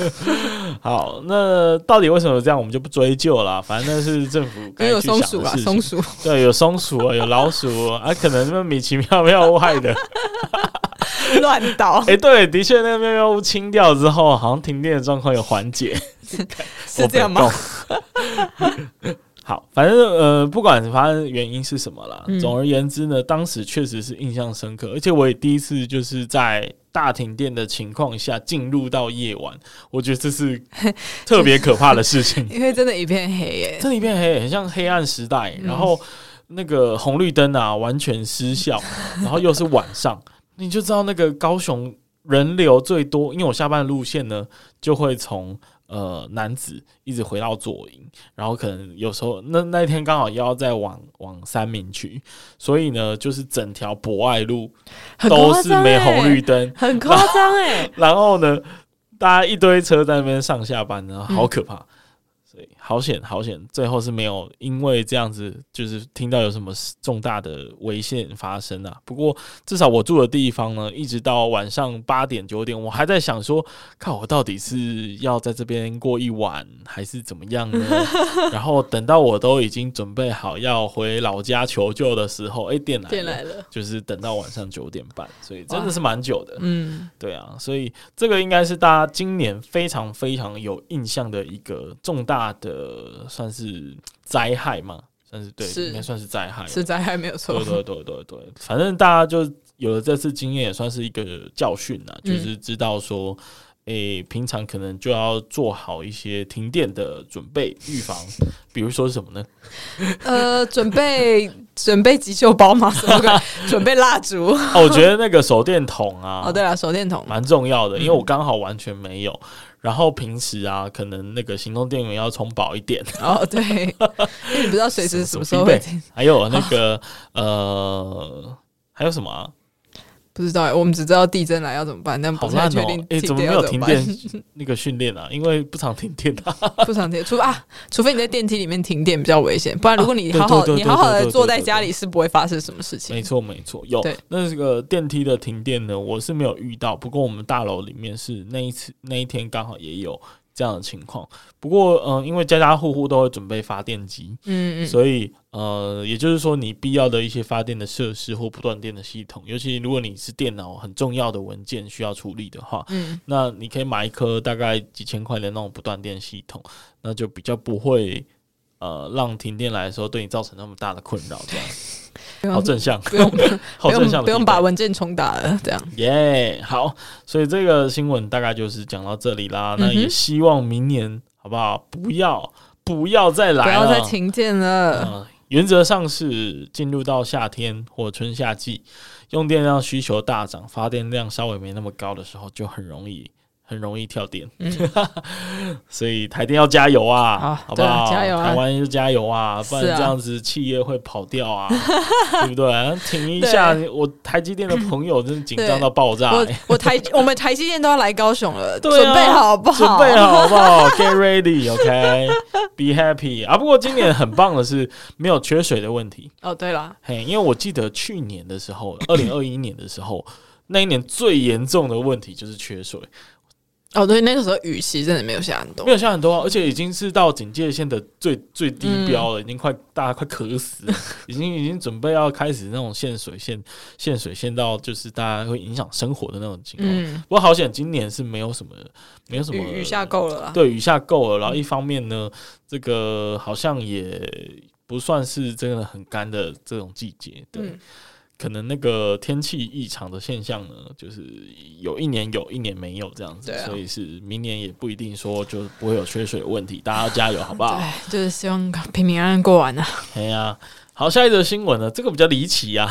S3: 好，那到底为什么有这样，我们就不追究了，反正那是政府
S4: 因
S3: 该
S4: 为有
S3: 去想
S4: 松
S3: 的
S4: 鼠
S3: 事
S4: 啊，
S3: 情。
S4: 松鼠，
S3: 对，有松鼠啊，有老鼠啊，啊可能莫名其妙妙 屋害的。
S4: 乱倒，
S3: 哎、对，的确，那个妙妙屋清掉之后，好像停电的状况有缓解，
S4: 是这样吗？
S3: 我不懂？ 好，反正呃，不管发生原因是什么啦，
S4: 嗯
S3: 总而言之呢，当时确实是印象深刻，而且我也第一次就是在大停电的情况下进入到夜晚，我觉得这 是特别可怕的事情。
S4: 因为真的一片黑耶、
S3: 这里片黑，很像黑暗时代，然后那个红绿灯啊完全失效，然后又是晚上，你就知道那个高雄人流最多，因为我下班的路线呢就会从。呃，南子一直回到左营，然后可能有时候那那一天刚好要再往往三明区，所以呢，就是整条博爱路
S4: 很
S3: 都
S4: 夸
S3: 是
S4: 张欸
S3: 没
S4: 耶
S3: 红绿灯，
S4: 很夸张 哎，
S3: 然后呢，大家一堆车在那边上下班，然后好可怕。
S4: 嗯
S3: 所以好险好险，最后是没有因为这样子，就是听到有什么重大的危险发生啊。不过至少我住的地方呢，一直到晚上八点九点，我还在想说，看我到底是要在这边过一晚，还是怎么样 呢？然后等到我都已经准备好要回老家求救的时候，哎、电来
S4: 电
S3: 了
S4: 来了，
S3: 就是等到晚上九点半，所以真的是蛮久的。
S4: 嗯，
S3: 对啊，所以这个应该是大家今年非常非常有印象的一个重大的，算是灾害嘛，算是对，
S4: 是
S3: 应该算是灾害。
S4: 实在还没有错
S3: 哎对，对对对对，反正大家就有了这次经验，也算是一个教训啦，就
S4: 嗯
S3: 是知道说，诶、平常可能就要做好一些停电的准备预防，比如说是什么呢？
S4: 呃，准备准备急救包吗？什 么鬼？准备蜡烛？
S3: 哦，我觉得那个手电筒啊，
S4: 哦，对了，手电筒，
S3: 蛮重要
S4: 嗯
S3: 的，因为我刚好完全没有。然后平时啊，可能那个行动电源要充饱一 点，
S4: 哦，对，因为你不知道随时什么时候
S3: 必
S4: 会
S3: 备，还有那个、呃，还有什么、啊？
S4: 不知道哎，我们只知道地震来要怎么办，但
S3: 好
S4: 不太
S3: 烂
S4: 确
S3: 哦、
S4: 定
S3: 哎、
S4: 停
S3: 怎么没
S4: 电要
S3: 有
S4: 怎
S3: 停
S4: 么办。
S3: 电那个训练啊？因为不常停电啊。
S4: 不常停，除啊，除非你在电梯里面停电比较危险，不然如果你
S3: 啊对
S4: 好好
S3: 对对
S4: 你好好
S3: 对对
S4: 的
S3: 对
S4: 坐在
S3: 对对
S4: 家里是不会发生什么事情
S3: 没。错，没错，有
S4: 对
S3: 那个电梯的停电呢，我是没有遇到，不过我们大楼里面是那一次那一天刚好也有这样的情况。不过嗯、呃因为家家户户都会准备发电机，
S4: 嗯嗯，
S3: 所以呃，也就是说，你必要的一些发电的设施或不断电的系统，尤其如果你是电脑很重要的文件需要处理的话，
S4: 嗯，
S3: 那你可以买一颗大概几千块的那种不断电系统，那就比较不会呃让停电来的时候对你造成那么大的困扰。这样
S4: 不
S3: 好
S4: 用
S3: 正向，
S4: 嗯不用
S3: 好
S4: 不
S3: 正向的
S4: 用不用
S3: 评
S4: 把
S3: 价
S4: 文件重打了，这样
S3: 耶好，所以这个新闻大概就是讲到这里啦。那
S4: 嗯哼
S3: 也希望明年好不好？不要不要再来
S4: 不
S3: 了，
S4: 要再停电了。
S3: 呃，原则上是进入到夏天或春夏季，用电量需求大涨，发电量稍微没那么高的时候，就很容易很容易跳电。 所以台电要加油啊，
S4: 好
S3: 不
S4: 对
S3: 好？
S4: 嗯啊加油啊
S3: 台湾就加油啊，不然
S4: 是啊
S3: 这样子企业会跑掉 啊，对不对？停一下，
S4: 对
S3: 我台积电的朋友真的紧张到爆炸、
S4: 我
S3: 欸。
S4: 我台 我们台积电都要来高雄了，
S3: 对啊
S4: 准备好不
S3: 准
S4: 好？
S3: 备好好不好 ？Get ready，OK，Be、happy 啊！不过今年很棒的是没有缺水的问题，
S4: 哦，对了，
S3: 嘿，因为我记得去年的时 候，二零二一年的时候，那一年最严重的问题就是缺水，
S4: 哦对，那个时候雨其实真的没有下很多
S3: 没，有下很多啊，而且已经是到警戒线的最最低标
S4: 嗯
S3: 了，已经快大家快渴 死了，已经已经准备要开始那种限水限限水限到就是大家会影响生活的那种情况。
S4: 嗯，
S3: 不过好险，今年是没有什么没有什么呃
S4: 雨雨下够了啦。
S3: 对，雨下够了。然后一方面呢，这个好像也不算是真的很干的这种季节，对。
S4: 嗯
S3: 可能那个天气异常的现象呢，就是有一年有一年没有这样子，
S4: 对啊
S3: 所以是明年也不一定说就不会有缺水的问题，大家要加油，好不 好？
S4: 对，哎就是希望平平安安 过完啊！
S3: 哎呀、好，下一则新闻呢，这个比较离奇啊，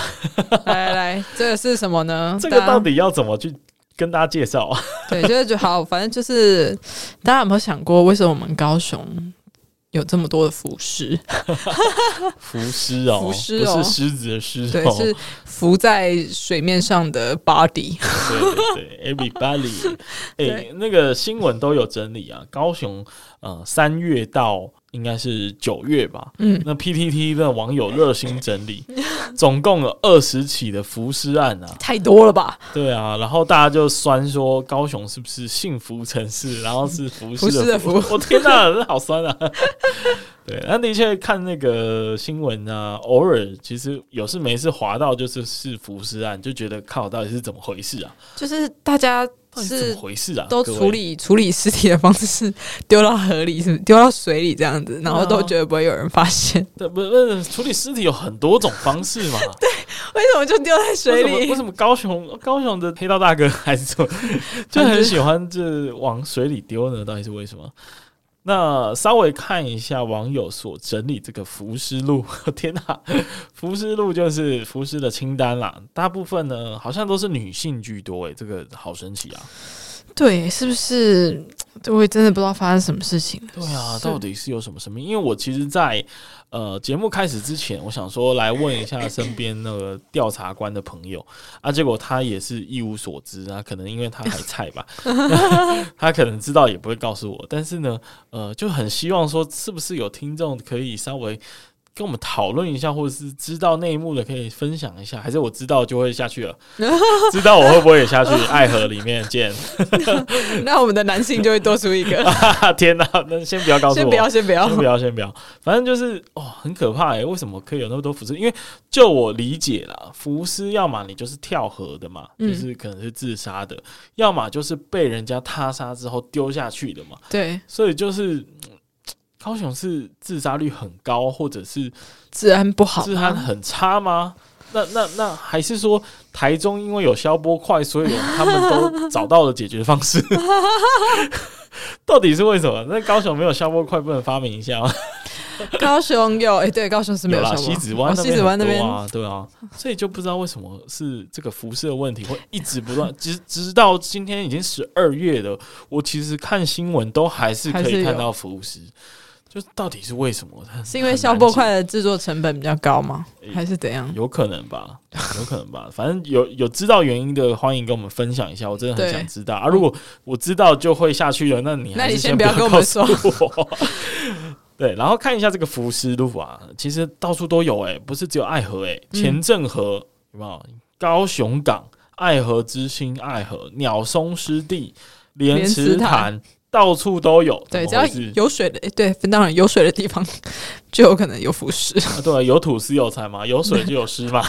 S4: 来来来，这个是什么呢？
S3: 这个
S4: 大家
S3: 到底要怎么去跟大家介绍啊？
S4: 对，就是觉得好，反正就是大家有没有想过，为什么我们高雄有这么多的浮尸，
S3: 浮尸哦，
S4: 浮尸哦
S3: 不是狮子的狮
S4: 对，
S3: 哦，
S4: 是浮在水面上的 body。
S3: 对对对 ，everybody，哎、
S4: 对
S3: 那个新闻都有整理啊。高雄呃，三月到应该是九月吧，
S4: 嗯，
S3: 那 PTT 的网友热心整 理，总共有二十起的浮尸案啊，
S4: 太多了吧？
S3: 对啊，然后大家就酸说高雄是不是幸福城市，然后是服
S4: 服
S3: 饰
S4: 饰的
S3: 的
S4: 服
S3: 服， 我天哪、这好酸啊！对，那的确看那个新闻啊，偶尔其实有事没事滑到就是是服饰案，就觉得靠，到底是怎么回事啊？
S4: 就是大家
S3: 到底怎
S4: 是
S3: 么回事啊？
S4: 都
S3: 各位
S4: 处理处理尸体的方式是丢到河里，是不是丢到水里这样子，然后
S3: 对啊
S4: 都觉得不会有人发现，
S3: 对，不不是处理尸体有很多种方式 嘛？
S4: 为什么就丢在水
S3: 为什么为
S4: 里？
S3: 什么高雄高雄的黑道大哥还是说就很喜欢这往水里丢呢？到底是为什么？那稍微看一下网友所整理这个浮尸录， 天哪、浮尸录就是浮尸的清单啦。大部分呢好像都是女性居多，诶，欸这个好神奇啊！
S4: 对，是不是？我也真的不知道发生什么事情了。
S3: 对啊，到底是有什么生命？因为我其实在，呃节目开始之前，我想说来问一下身边那个调查官的朋 友啊，结果他也是一无所知啊，可能因为他还菜 吧， 他可能知道也不会告诉我。但是呢，呃，就很希望说，是不是有听众可以稍微。跟我们讨论一下，或者是知道内幕的可以分享一下，还是我知道就会下 去了，知道我会不会也下去？爱河里面见，
S4: 那我们的男性就会多出一个，
S3: 天哪！那先啊不要告诉我，
S4: 先不要，先不 要
S3: 先。不要，先不要，反正就是哦，很可怕哎、为什么可以有那么多浮尸？因为就我理解啦，浮尸要么你就是跳河的嘛，
S4: 嗯
S3: 就是可能是自杀的；要么就是被人家他杀之后丢下去的嘛。
S4: 对，
S3: 所以就是嗯高雄是自杀率很高，或者是
S4: 治安不好，啊
S3: 治安很差吗？那那那还是说台中因为有消波块，所以他们都找到了解决方式？ 到底是为什么？那高雄没有消波块，不能发明一下吗？
S4: 高雄有，哎、对，高雄是没
S3: 有啦，
S4: 消防
S3: 西子湾
S4: 哦
S3: 那
S4: 西
S3: 边
S4: 子湾那
S3: 很
S4: 边
S3: 多啊，对啊，所以就不知道为什么是这个辐射问题会一直 不断，直直到今天已经十二月了，我其实看新闻都还是可
S4: 还是
S3: 以
S4: 有
S3: 看到辐射，就是到底是为什么？很
S4: 是因为
S3: 很
S4: 消
S3: 难
S4: 波
S3: 解
S4: 块的制作成本比较高吗？
S3: 诶
S4: 还是怎样？
S3: 有可能吧，有可能吧。反正有有知道原因的，欢迎跟我们分享一下，我真的很
S4: 对嗯
S3: 想知道啊。如果我知道就会下去了，那你
S4: 那
S3: 还
S4: 你
S3: 是
S4: 先
S3: 先
S4: 不要
S3: 要
S4: 跟我
S3: 告
S4: 们
S3: 诉我。 对，然后看一下这个浮尸路啊，其实到处都有哎、不是只有爱河哎、
S4: 嗯
S3: 前镇河、有没有？高雄港、爱河之心、爱河、鸟松湿地、莲
S4: 莲
S3: 池
S4: 池潭
S3: 潭，到处都有。
S4: 对，只
S3: 怎么
S4: 要
S3: 回事
S4: 有水的，诶对，当然有水的地方 就有可能有腐蚀。
S3: 啊，对啊，有土司有财嘛，有水就有 诗嘛。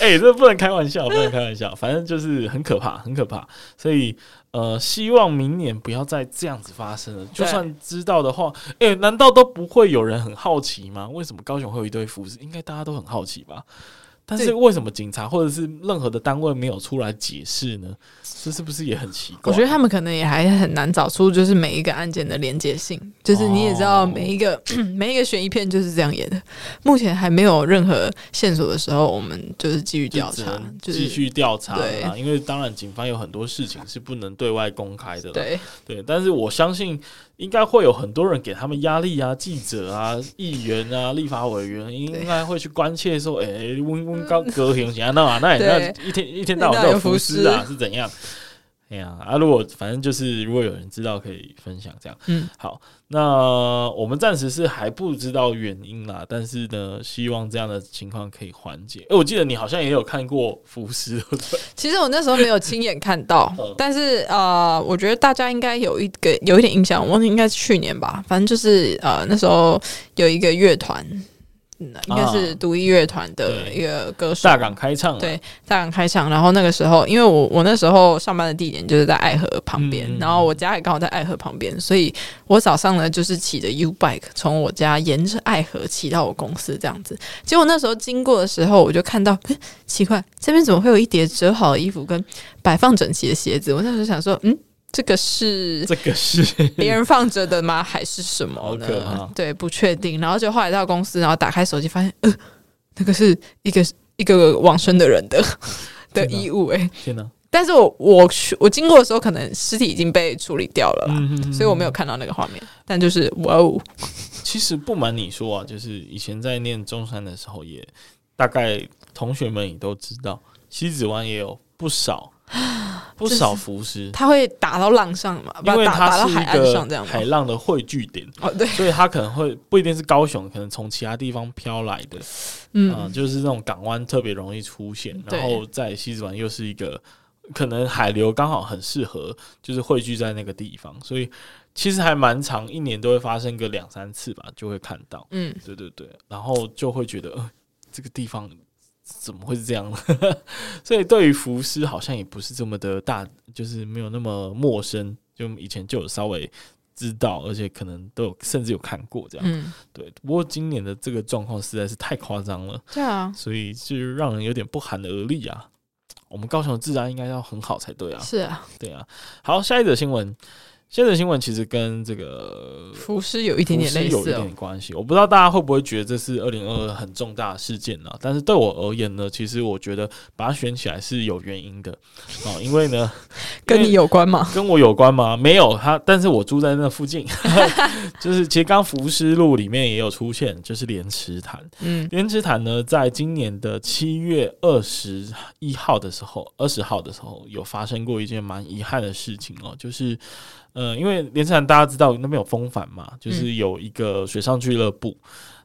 S3: 哎、这不能开玩笑，不能开玩笑，反正就是很可怕，很可怕。所以呃，希望明年不要再这样子发生了。就
S4: 对
S3: 算知道的话，哎、难道都不会有人很好奇吗？为什么高雄会有一堆浮尸？应该大家都很好奇吧？但是
S4: 对
S3: 为什么警察或者是任何的单位没有出来解释呢？这是不是也很奇怪？
S4: 我觉得他们可能也还很难找出，就是每一个案件的连接性。就是你也知道，
S3: 哦
S4: 每一个、 每一个悬疑片就是这样演的。目前还没有任何线索的时候，我们就是继续
S3: 就
S4: 调
S3: 只
S4: 查
S3: 能，
S4: 就是
S3: 继续调查
S4: 对
S3: 啦，因为当然警方有很多事情是不能对外公开的啦。
S4: 对
S3: 对，但是我相信应该会有很多人给他们压力啊，记者 啊、议员啊、立法委员应该会去关切说，哎、温温高隔行行那啊，那你
S4: 嗯对
S3: 那一天一天到晚都有浮尸啊，是怎样？哎呀啊！如果反正就是，如果有人知道，可以分享这样。
S4: 嗯，
S3: 好，那我们暂时是还不知道原因啦，但是呢，希望这样的情况可以缓解。哎、我记得你好像也有看过浮尸，对不对
S4: 其实我那时候没有亲眼看到
S3: 嗯，
S4: 但是呃，我觉得大家应该有一个有一点印象，我忘记应该是去年吧，反正就是呃那时候有一个乐团，嗯应该是
S3: 啊
S4: 独立乐团的
S3: 对
S4: 一个歌手，
S3: 大港开唱啊
S4: 对大港开场，然后那个时候，因为我我那时候上班的地点就是在爱河旁边，
S3: 嗯嗯嗯
S4: 然后我家也刚好在爱河旁边，所以我早上呢就是骑着 U bike 从我家沿着爱河骑到我公司这样子。结果那时候经过的时候，我就看到，诶奇怪，这边怎么会有一叠折好的衣服跟摆放整齐的鞋子？我那时候想说，嗯，这个是
S3: 这个是
S4: 别人放着的吗？还是什么
S3: 好
S4: 呢
S3: 可怕？
S4: 对，不确定。然后就后来到公司，然后打开手机，发现，呃，那个是一个一个往生的人的的
S3: 天哪
S4: 衣物、欸，哎，
S3: 天哪，
S4: 但是我我去我经过的时候，可能尸体已经被处理掉了啦，
S3: 嗯嗯嗯
S4: 所以我没有看到那个画面。但就是哇哦，
S3: 其实不瞒你说啊，就是以前在念中山的时候也，大概同学们也都知道，西子湾也有不 少不少浮尸，
S4: 它会打到浪上嘛？不
S3: 嗯因为
S4: 打打
S3: 它
S4: 到
S3: 是
S4: 海
S3: 一
S4: 岸上这
S3: 个
S4: 样吗
S3: 海？浪的汇聚点，
S4: 哦，对，
S3: 所以它可能会不一定是高雄，可能从其他地方飘来的，
S4: 嗯，
S3: 啊，就是那种港湾特别容易出现，
S4: 对
S3: 然后在西子湾又是一个可能海流刚好很适合，就是汇聚在那个地方，所以其实还蛮长，一年都会发生个两三次吧，就会看到。
S4: 嗯，
S3: 对对对，然后就会觉得、呃、这个地方怎么会是这样呢？ 所以对于浮尸好像也不是这么的大，就是没有那么陌生，就以前就有稍微知道，而且可能都有甚至有看过这样。
S4: 嗯，
S3: 对，啊不过今年的这个状况实在是太夸张了。
S4: 对啊，
S3: 所以就让人有点不寒而栗啊。我们高雄的治安应该要很好才对啊，
S4: 是啊，
S3: 对啊。好，下一则新闻，下一则新闻其实跟这个
S4: 浮尸有一点点
S3: 服饰
S4: 类
S3: 有一
S4: 似
S3: 点
S4: 哦，
S3: 点关系。我不知道大家会不会觉得这是二零二二很重大的事件呢、啊但是对我而言呢，其实我觉得把它选起来是有原因的哦，因为呢，
S4: 跟你有关吗？
S3: 跟我有关吗？没有，他，但是我住在那附 近，就是其实刚浮尸路里面也有出现，就是莲池潭。
S4: 嗯
S3: 莲池潭呢，在今年的七月二十一号的时候，二十号的时候有发生过一件蛮遗憾的事情哦，就是呃，因为莲池潭大家知道那边有风帆嘛，就是有一个水上俱乐部，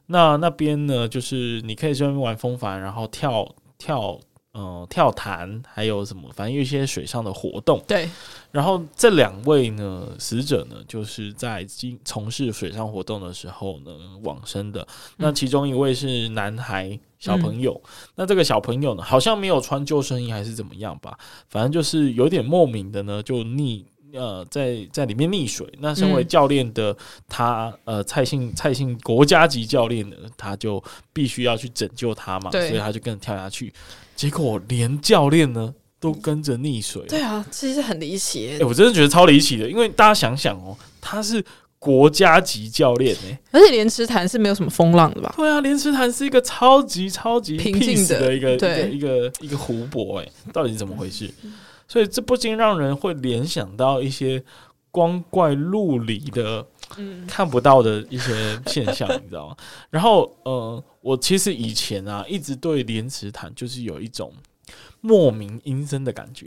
S3: 那那边呢，就是你可以去那边玩风帆，然后跳跳。呃，跳潭还有什么，反正有一些水上的活动。
S4: 对，
S3: 然后这两位呢，死者呢，就是在经从事水上活动的时候呢往生的。那其中一位是男孩小朋友，那这个小朋友呢，好像没有穿救生衣还是怎么样吧，反正就是有点莫名的呢，就溺。呃，在在里面溺水。那身为
S4: 嗯
S3: 教练的他，呃，蔡姓蔡姓国家级教练呢，他就必须要去拯救他嘛，所
S4: 对
S3: 以他就跟着跳下去。结果连教练呢都跟着溺水了，
S4: 对啊，其实很离奇耶
S3: 哎、，我真的觉得超离奇的，因为大家想想哦，他是国家级教练哎、
S4: 而且莲池潭是没有什么风浪的吧？
S3: 对啊，莲池潭是一个超级超级
S4: 平静
S3: peace
S4: 的
S3: 的一个一个
S4: 对
S3: 一个一个湖泊哎、到底是怎么回事？所以这不禁让人会联想到一些光怪陆离的
S4: 嗯
S3: 看不到的一些现象，你知道吗？然后，呃，我其实以前啊，一直对莲池潭就是有一种莫名阴森的感觉。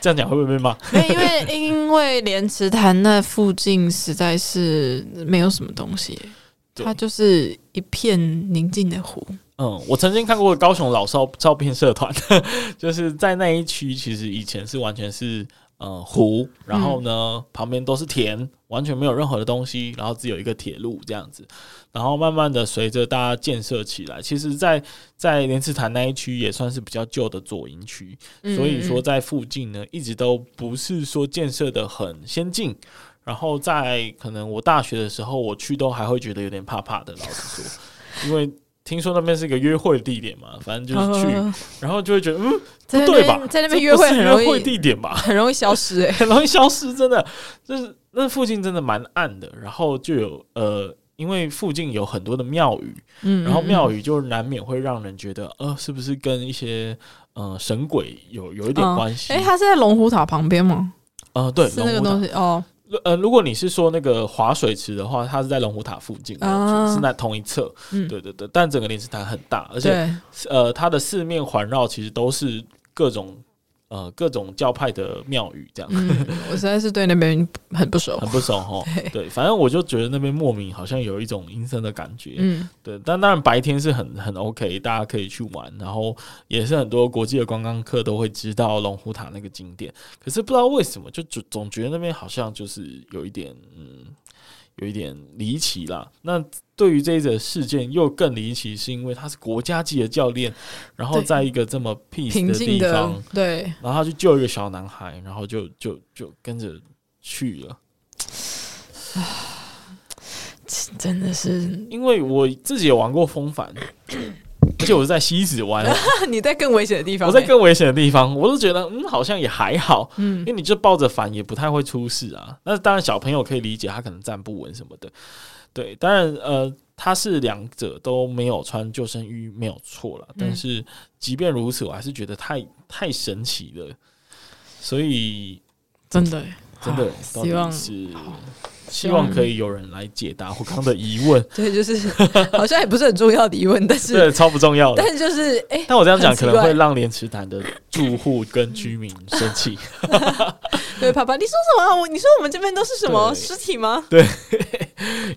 S3: 这样讲会不会被骂？
S4: 没有，因为 因为莲池潭那附近实在是没有什么东西，
S3: 对
S4: 它就是一片宁静的湖。
S3: 嗯，我曾经看过高雄老少照片社团， 就是在那一区，其实以前是完全是呃湖，然后呢、旁边都是田，完全没有任何的东西，然后只有一个铁路这样子。然后慢慢的随着大家建设起来，其实在，在莲池潭那一区也算是比较旧的左营区，
S4: 嗯
S3: 所以说，在附近呢一直都不是说建设的很先进。然后在可能我大学的时候，我去都还会觉得有点怕怕的，老实说，因为听说那边是一个约会地点嘛，反正就是去，
S4: 呃
S3: 然后就会觉得嗯，
S4: 在那
S3: 不对吧？
S4: 边在那
S3: 这
S4: 边约
S3: 不
S4: 会
S3: 是
S4: 很
S3: 约
S4: 容
S3: 会
S4: 易
S3: 地点吧？
S4: 很容易消失哎、
S3: 很容易消失，真的就是那附近真的蛮暗的，然后就有呃，因为附近有很多的庙宇，
S4: 嗯，
S3: 然后庙
S4: 宇
S3: 宇就难免会让人觉得呃，是不是跟一些呃神鬼有有一
S4: 有
S3: 点关系？
S4: 哎、它是在龙虎塔旁边吗？
S3: 呃，对，
S4: 是那
S3: 龙
S4: 个
S3: 虎塔
S4: 东。西哦。
S3: 呃，如果你是说那个滑水池的话，它是在龙虎塔附近，没有错
S4: 啊
S3: 是在同一侧。
S4: 嗯
S3: 对对对，但整个莲池潭很大，而且
S4: 对，
S3: 呃，它的四面环绕其实都是各种呃各种教派的庙宇，这样、
S4: 嗯，我实在是对那边很不熟
S3: 很。不熟 哈。对，反正我就觉得那边莫名好像有一种阴森的感觉。
S4: 嗯，
S3: 对，但当然白天是很很 OK，大家可以去玩，然后也是很多国际的观光客都会知道龙虎塔那个景点。可是不知道为什么，就总总觉得那边好像就是有一点嗯。有一点离奇啦。那对于这一则事件又更离奇，是因为他是国家级的教练，然后
S4: 对
S3: 在一个这么 peace
S4: 平
S3: 的
S4: 静
S3: 地
S4: 的
S3: 方，
S4: 对，
S3: 然后他去救一个小男孩，然后就就就跟着去了。
S4: 真的是。
S3: 因为我自己也玩过风帆，而且我是在西子湾，
S4: 你在更危险的地方、欸
S3: 我在更危险的地方，我都觉得嗯，好像也还好，因
S4: 嗯
S3: 为你就抱着反也不太会出事啊。那当然，小朋友可以理解，他可能站不稳什么的。对，当然呃，他是两者都没有穿救生
S4: 嗯
S3: 衣，没有错了。但是即便如此，我还是觉得太太神奇了。所以
S4: 真的耶，
S3: 真的
S4: 希
S3: 到底
S4: 望
S3: 是希望可以有人来解答我刚刚的疑问，
S4: 对，就是好像也不是很重要的疑问，但 是
S3: 对，超不重要的
S4: 但。是就是哎、
S3: 但我这样讲
S4: 很奇
S3: 可
S4: 怪
S3: 能会让莲池潭的住户跟居民生气。
S4: 对，爸爸，你说什么？我你说我们这边都是什么
S3: 对
S4: 尸体吗？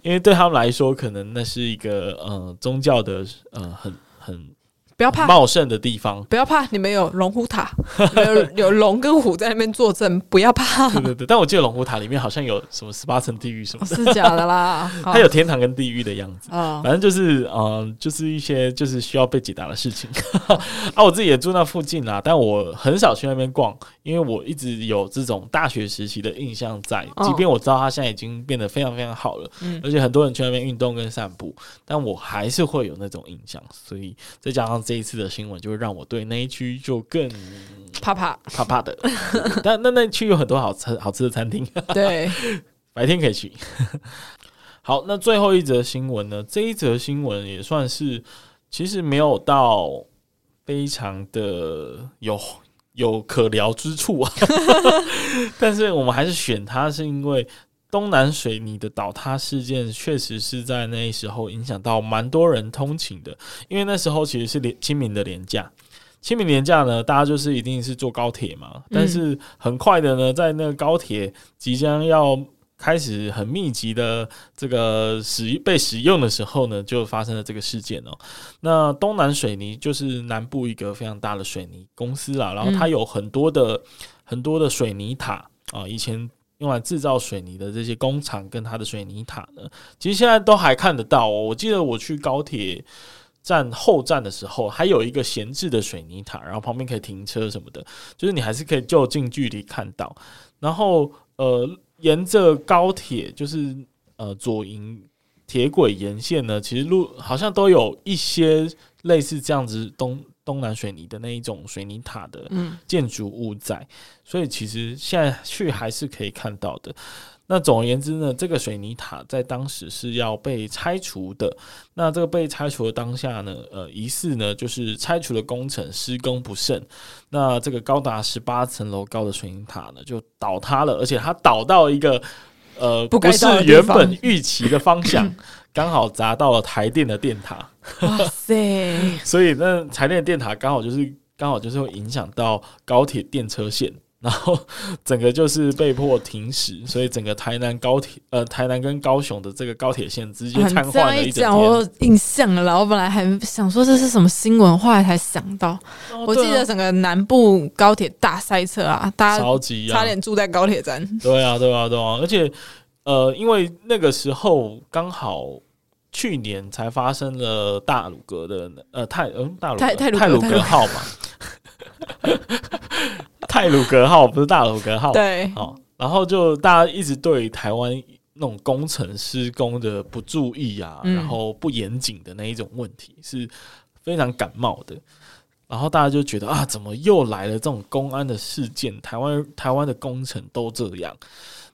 S3: 因为对他们来说，可能那是一个呃宗教的呃很很
S4: 不要怕，
S3: 茂盛的地 方。
S4: 不要怕，你们有龙虎塔，你们有 有龙跟虎在那边作证，不要怕，
S3: 对对对，但我记得龙虎塔里面好像有什么十八层地狱什么的，
S4: 哦是假的 啦。
S3: 它有天堂跟地狱的样子。
S4: 啊，
S3: 反正就是嗯、呃就是一些就是需要被解答的事情。 啊，我自己也住那附近啦，但我很少去那边逛，因为我一直有这种大学时期的印象在。
S4: 哦
S3: 即便我知道它现在已经变得非常非常好了，
S4: 嗯
S3: 而且很多人去那边运动跟散步，但我还是会有那种印象。所以再加上这一次的新闻，就会让我对那一区就更
S4: 怕怕，
S3: 怕怕的。但那那区有很多好吃好吃的餐厅，
S4: 对，
S3: 白天可以去。好，那最后一则新闻呢？这一则新闻也算是，其实没有到非常的有有可聊之处啊，但是我们还是选它，是因为东南水泥的倒塌事件确实是在那时候影响到蛮多人通勤的，因为那时候其实是连清明的廉价。清明廉价呢，大家就是一定是坐高铁嘛，但是很快的呢，在那个高铁即将要开始很密集的这个使被使用的时候呢，就发生了这个事件哦。那东南水泥就是南部一个非常大的水泥公司啦，然后它有很多的、很多的水泥塔啊、以前用来制造水泥的这些工厂跟它的水泥塔呢，其实现在都还看得到哦。我记得我去高铁。站后站的时候，还有一个闲置的水泥塔，然后旁边可以停车什么的，就是你还是可以就近距离看到。然后呃，沿着高铁就是呃左营铁轨沿线呢，其实路好像都有一些类似这样子东东南水泥的那一种水泥塔的
S4: 嗯，
S3: 建筑物在，所以其实现在去还是可以看到的。那总而言之呢，这个水泥塔在当时是要被拆除的。那这个被拆除的当下呢，呃，疑似呢就是拆除的工程施工不慎，那这个高达十八层楼高的水泥塔呢就倒塌了，而且它倒到一个呃
S4: 不该
S3: 不是
S4: 倒的地
S3: 原
S4: 方
S3: 本预期的方 向，刚好砸到了台电的电塔。
S4: 哇塞，
S3: 所以那台电的电塔刚好就是刚好就是会影响到高铁电车线，然后整个就是被迫停驶，所以整个台南高铁呃台南跟高雄的这个高铁线直接
S4: 你
S3: 瘫
S4: 这
S3: 痪
S4: 样
S3: 了
S4: 一
S3: 整
S4: 讲，
S3: 天。
S4: 我有印象了。我本来还想说这是什么新闻，后来才想到， 我记得整个南部高铁大塞车啊，大家
S3: 超级啊
S4: 差点住在高铁站。
S3: 对啊，对啊，对啊，而且呃，因为那个时候刚好去年才发生了大鲁阁的呃泰嗯大鲁
S4: 泰泰鲁
S3: 鲁
S4: 阁
S3: 鲁
S4: 泰鲁
S3: 阁
S4: 阁
S3: 号 嘛，泰鲁阁号不是大鲁阁号，
S4: 对，
S3: 好，然后就大家一直对台湾那种工程施工的不注意啊，
S4: 嗯
S3: 然后不严谨的那一种问题是非常感冒的。然后大家就觉得啊，怎么又来了这种公安的事件？台湾台湾的工程都这样，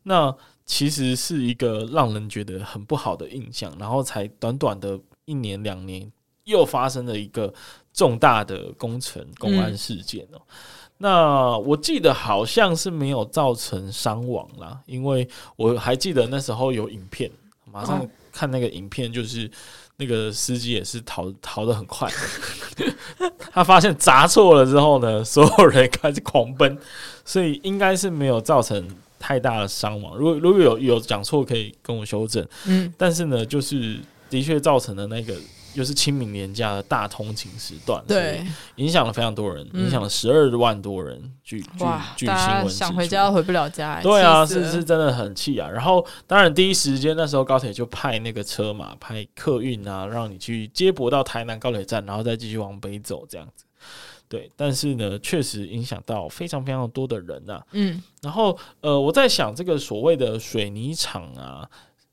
S3: 那其实是一个让人觉得很不好的印象。然后才短短的一年两年，又发生了一个重大的工程公安
S4: 嗯
S3: 事件哦。那我记得好像是没有造成伤亡啦，因为我还记得那时候有影片，马上
S4: 哦
S3: 看那个影片，就是那个司机也是逃逃得很快，他发现砸错了之后呢，所有人开始狂奔，所以应该是没有造成太大的伤亡。如果如果有有讲错，可以跟我修正。
S4: 嗯，
S3: 但是呢，就是的确造成了那个就是清明年假的大通勤时段，所以
S4: 对，
S3: 影响了非常多人，
S4: 嗯
S3: 影响了十二万多人，据据
S4: 哇，
S3: 据新
S4: 大
S3: 闻
S4: 家
S3: 指
S4: 想回
S3: 出
S4: 家都回不了家、欸，
S3: 对啊，
S4: 气死
S3: 是
S4: 了
S3: 是，真的很气啊。然后，当然第一时间那时候高铁就派那个车嘛，派客运啊，让你去接驳到台南高铁站，然后再继续往北走这样子。对，但是呢，确实影响到非常非常多的人啊。
S4: 嗯，
S3: 然后呃，我在想这个所谓的水泥厂啊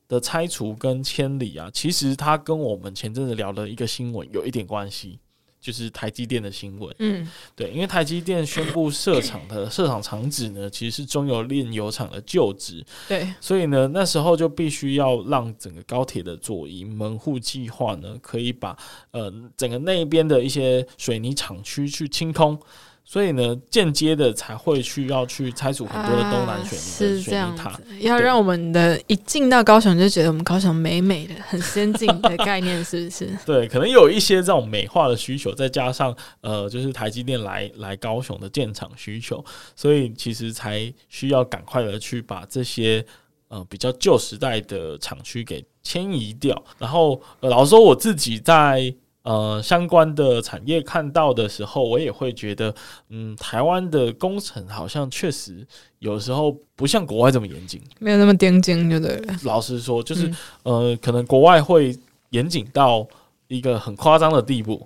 S3: 的拆除跟迁离啊，其实它跟我们前阵子聊的一个新闻有一点关系，就是台积电的新闻。
S4: 嗯，
S3: 对，因为台积电宣布设厂的设厂厂址呢，其实是中油炼油厂的旧址，
S4: 对，
S3: 所以呢，那时候就必须要让整个高铁的左营门户计划呢，可以把呃整个那边的一些水泥厂区去清空，所以呢，间接的才会去要去拆除很多的东南水泥的
S4: 啊是这
S3: 水
S4: 样
S3: 泥塔。
S4: 子，要让我们的一进到高雄就觉得我们高雄美美的，很先进的概念，是 不是？
S3: 对，可能有一些这种美化的需求，再加上呃，就是台积电来来高雄的建厂需求，所以其实才需要赶快的去把这些呃比较旧时代的厂区给迁移掉。然后、呃老实说，我自己在呃相关的产业看到的时候，我也会觉得，嗯，台湾的工程好像确实有时候不像国外这么严谨。
S4: 没有那么钉钉，就对了。
S3: 老实说，就是、
S4: 嗯
S3: 呃，可能国外会严谨到一个很夸张的地步，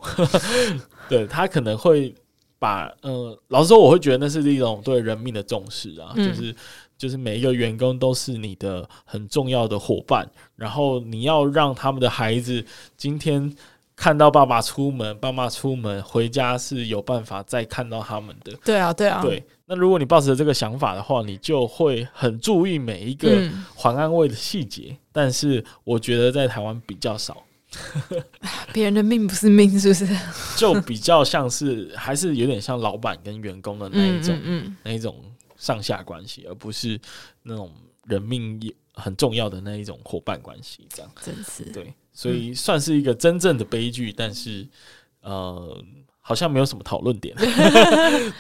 S3: 对他可能会把呃，老实说，我会觉得那是一种对人命的重视啊，
S4: 嗯
S3: 就是就是每一个员工都是你的很重要的伙伴，然后你要让他们的孩子今天。看到爸爸出门，爸妈出门回家是有办法再看到他们的。
S4: 对啊，对啊，
S3: 对，那如果你抱持这个想法的话，你就会很注意每一个
S4: 嗯，
S3: 环安卫的细节，但是我觉得在台湾比较少，
S4: 别人的命不是命，是不是？
S3: 就比较像是还是有点像老板跟员工的 那一
S4: 嗯
S3: 种、
S4: 嗯嗯，
S3: 那一种上下关系，而不是那种人命也很重要的那一种伙伴关系。这样
S4: 真是
S3: 对，所以算是一个真正的悲剧，但是呃。好像没有什么讨论 点，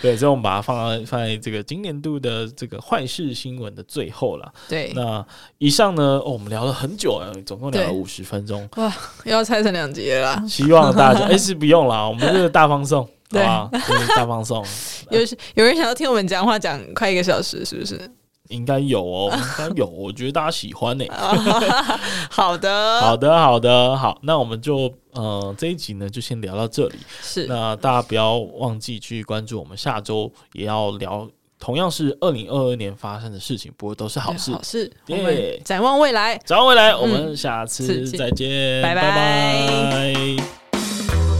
S3: 对，所以我们把它放在放在这个今年度的这个坏事新闻的最后了。
S4: 对，
S3: 那以上呢、哦我们聊了很久了，总共聊了
S4: 对
S3: 五十分钟。
S4: 又要拆成两集了啦。
S3: 希望大 家哎、是不用啦，我们就是大放送，好
S4: 对
S3: 吧？就是大放送，
S4: 有有人想要听我们讲话讲快一个小时，是不是？
S3: 应该有哦，应该有，我觉得大家喜欢 呢、
S4: 哦好的，
S3: 好的，好的，好，那我们就呃这一集呢就先聊到这里。
S4: 是
S3: 那大家不要忘记去关注我们下周也要聊，同样是二零二二年发生的事情，不过都是好事
S4: 对。好事，我
S3: 耶
S4: 们展望未来。
S3: 转回来，我们下次
S4: 是是
S3: 再见，
S4: 拜
S3: 拜
S4: 拜
S3: 拜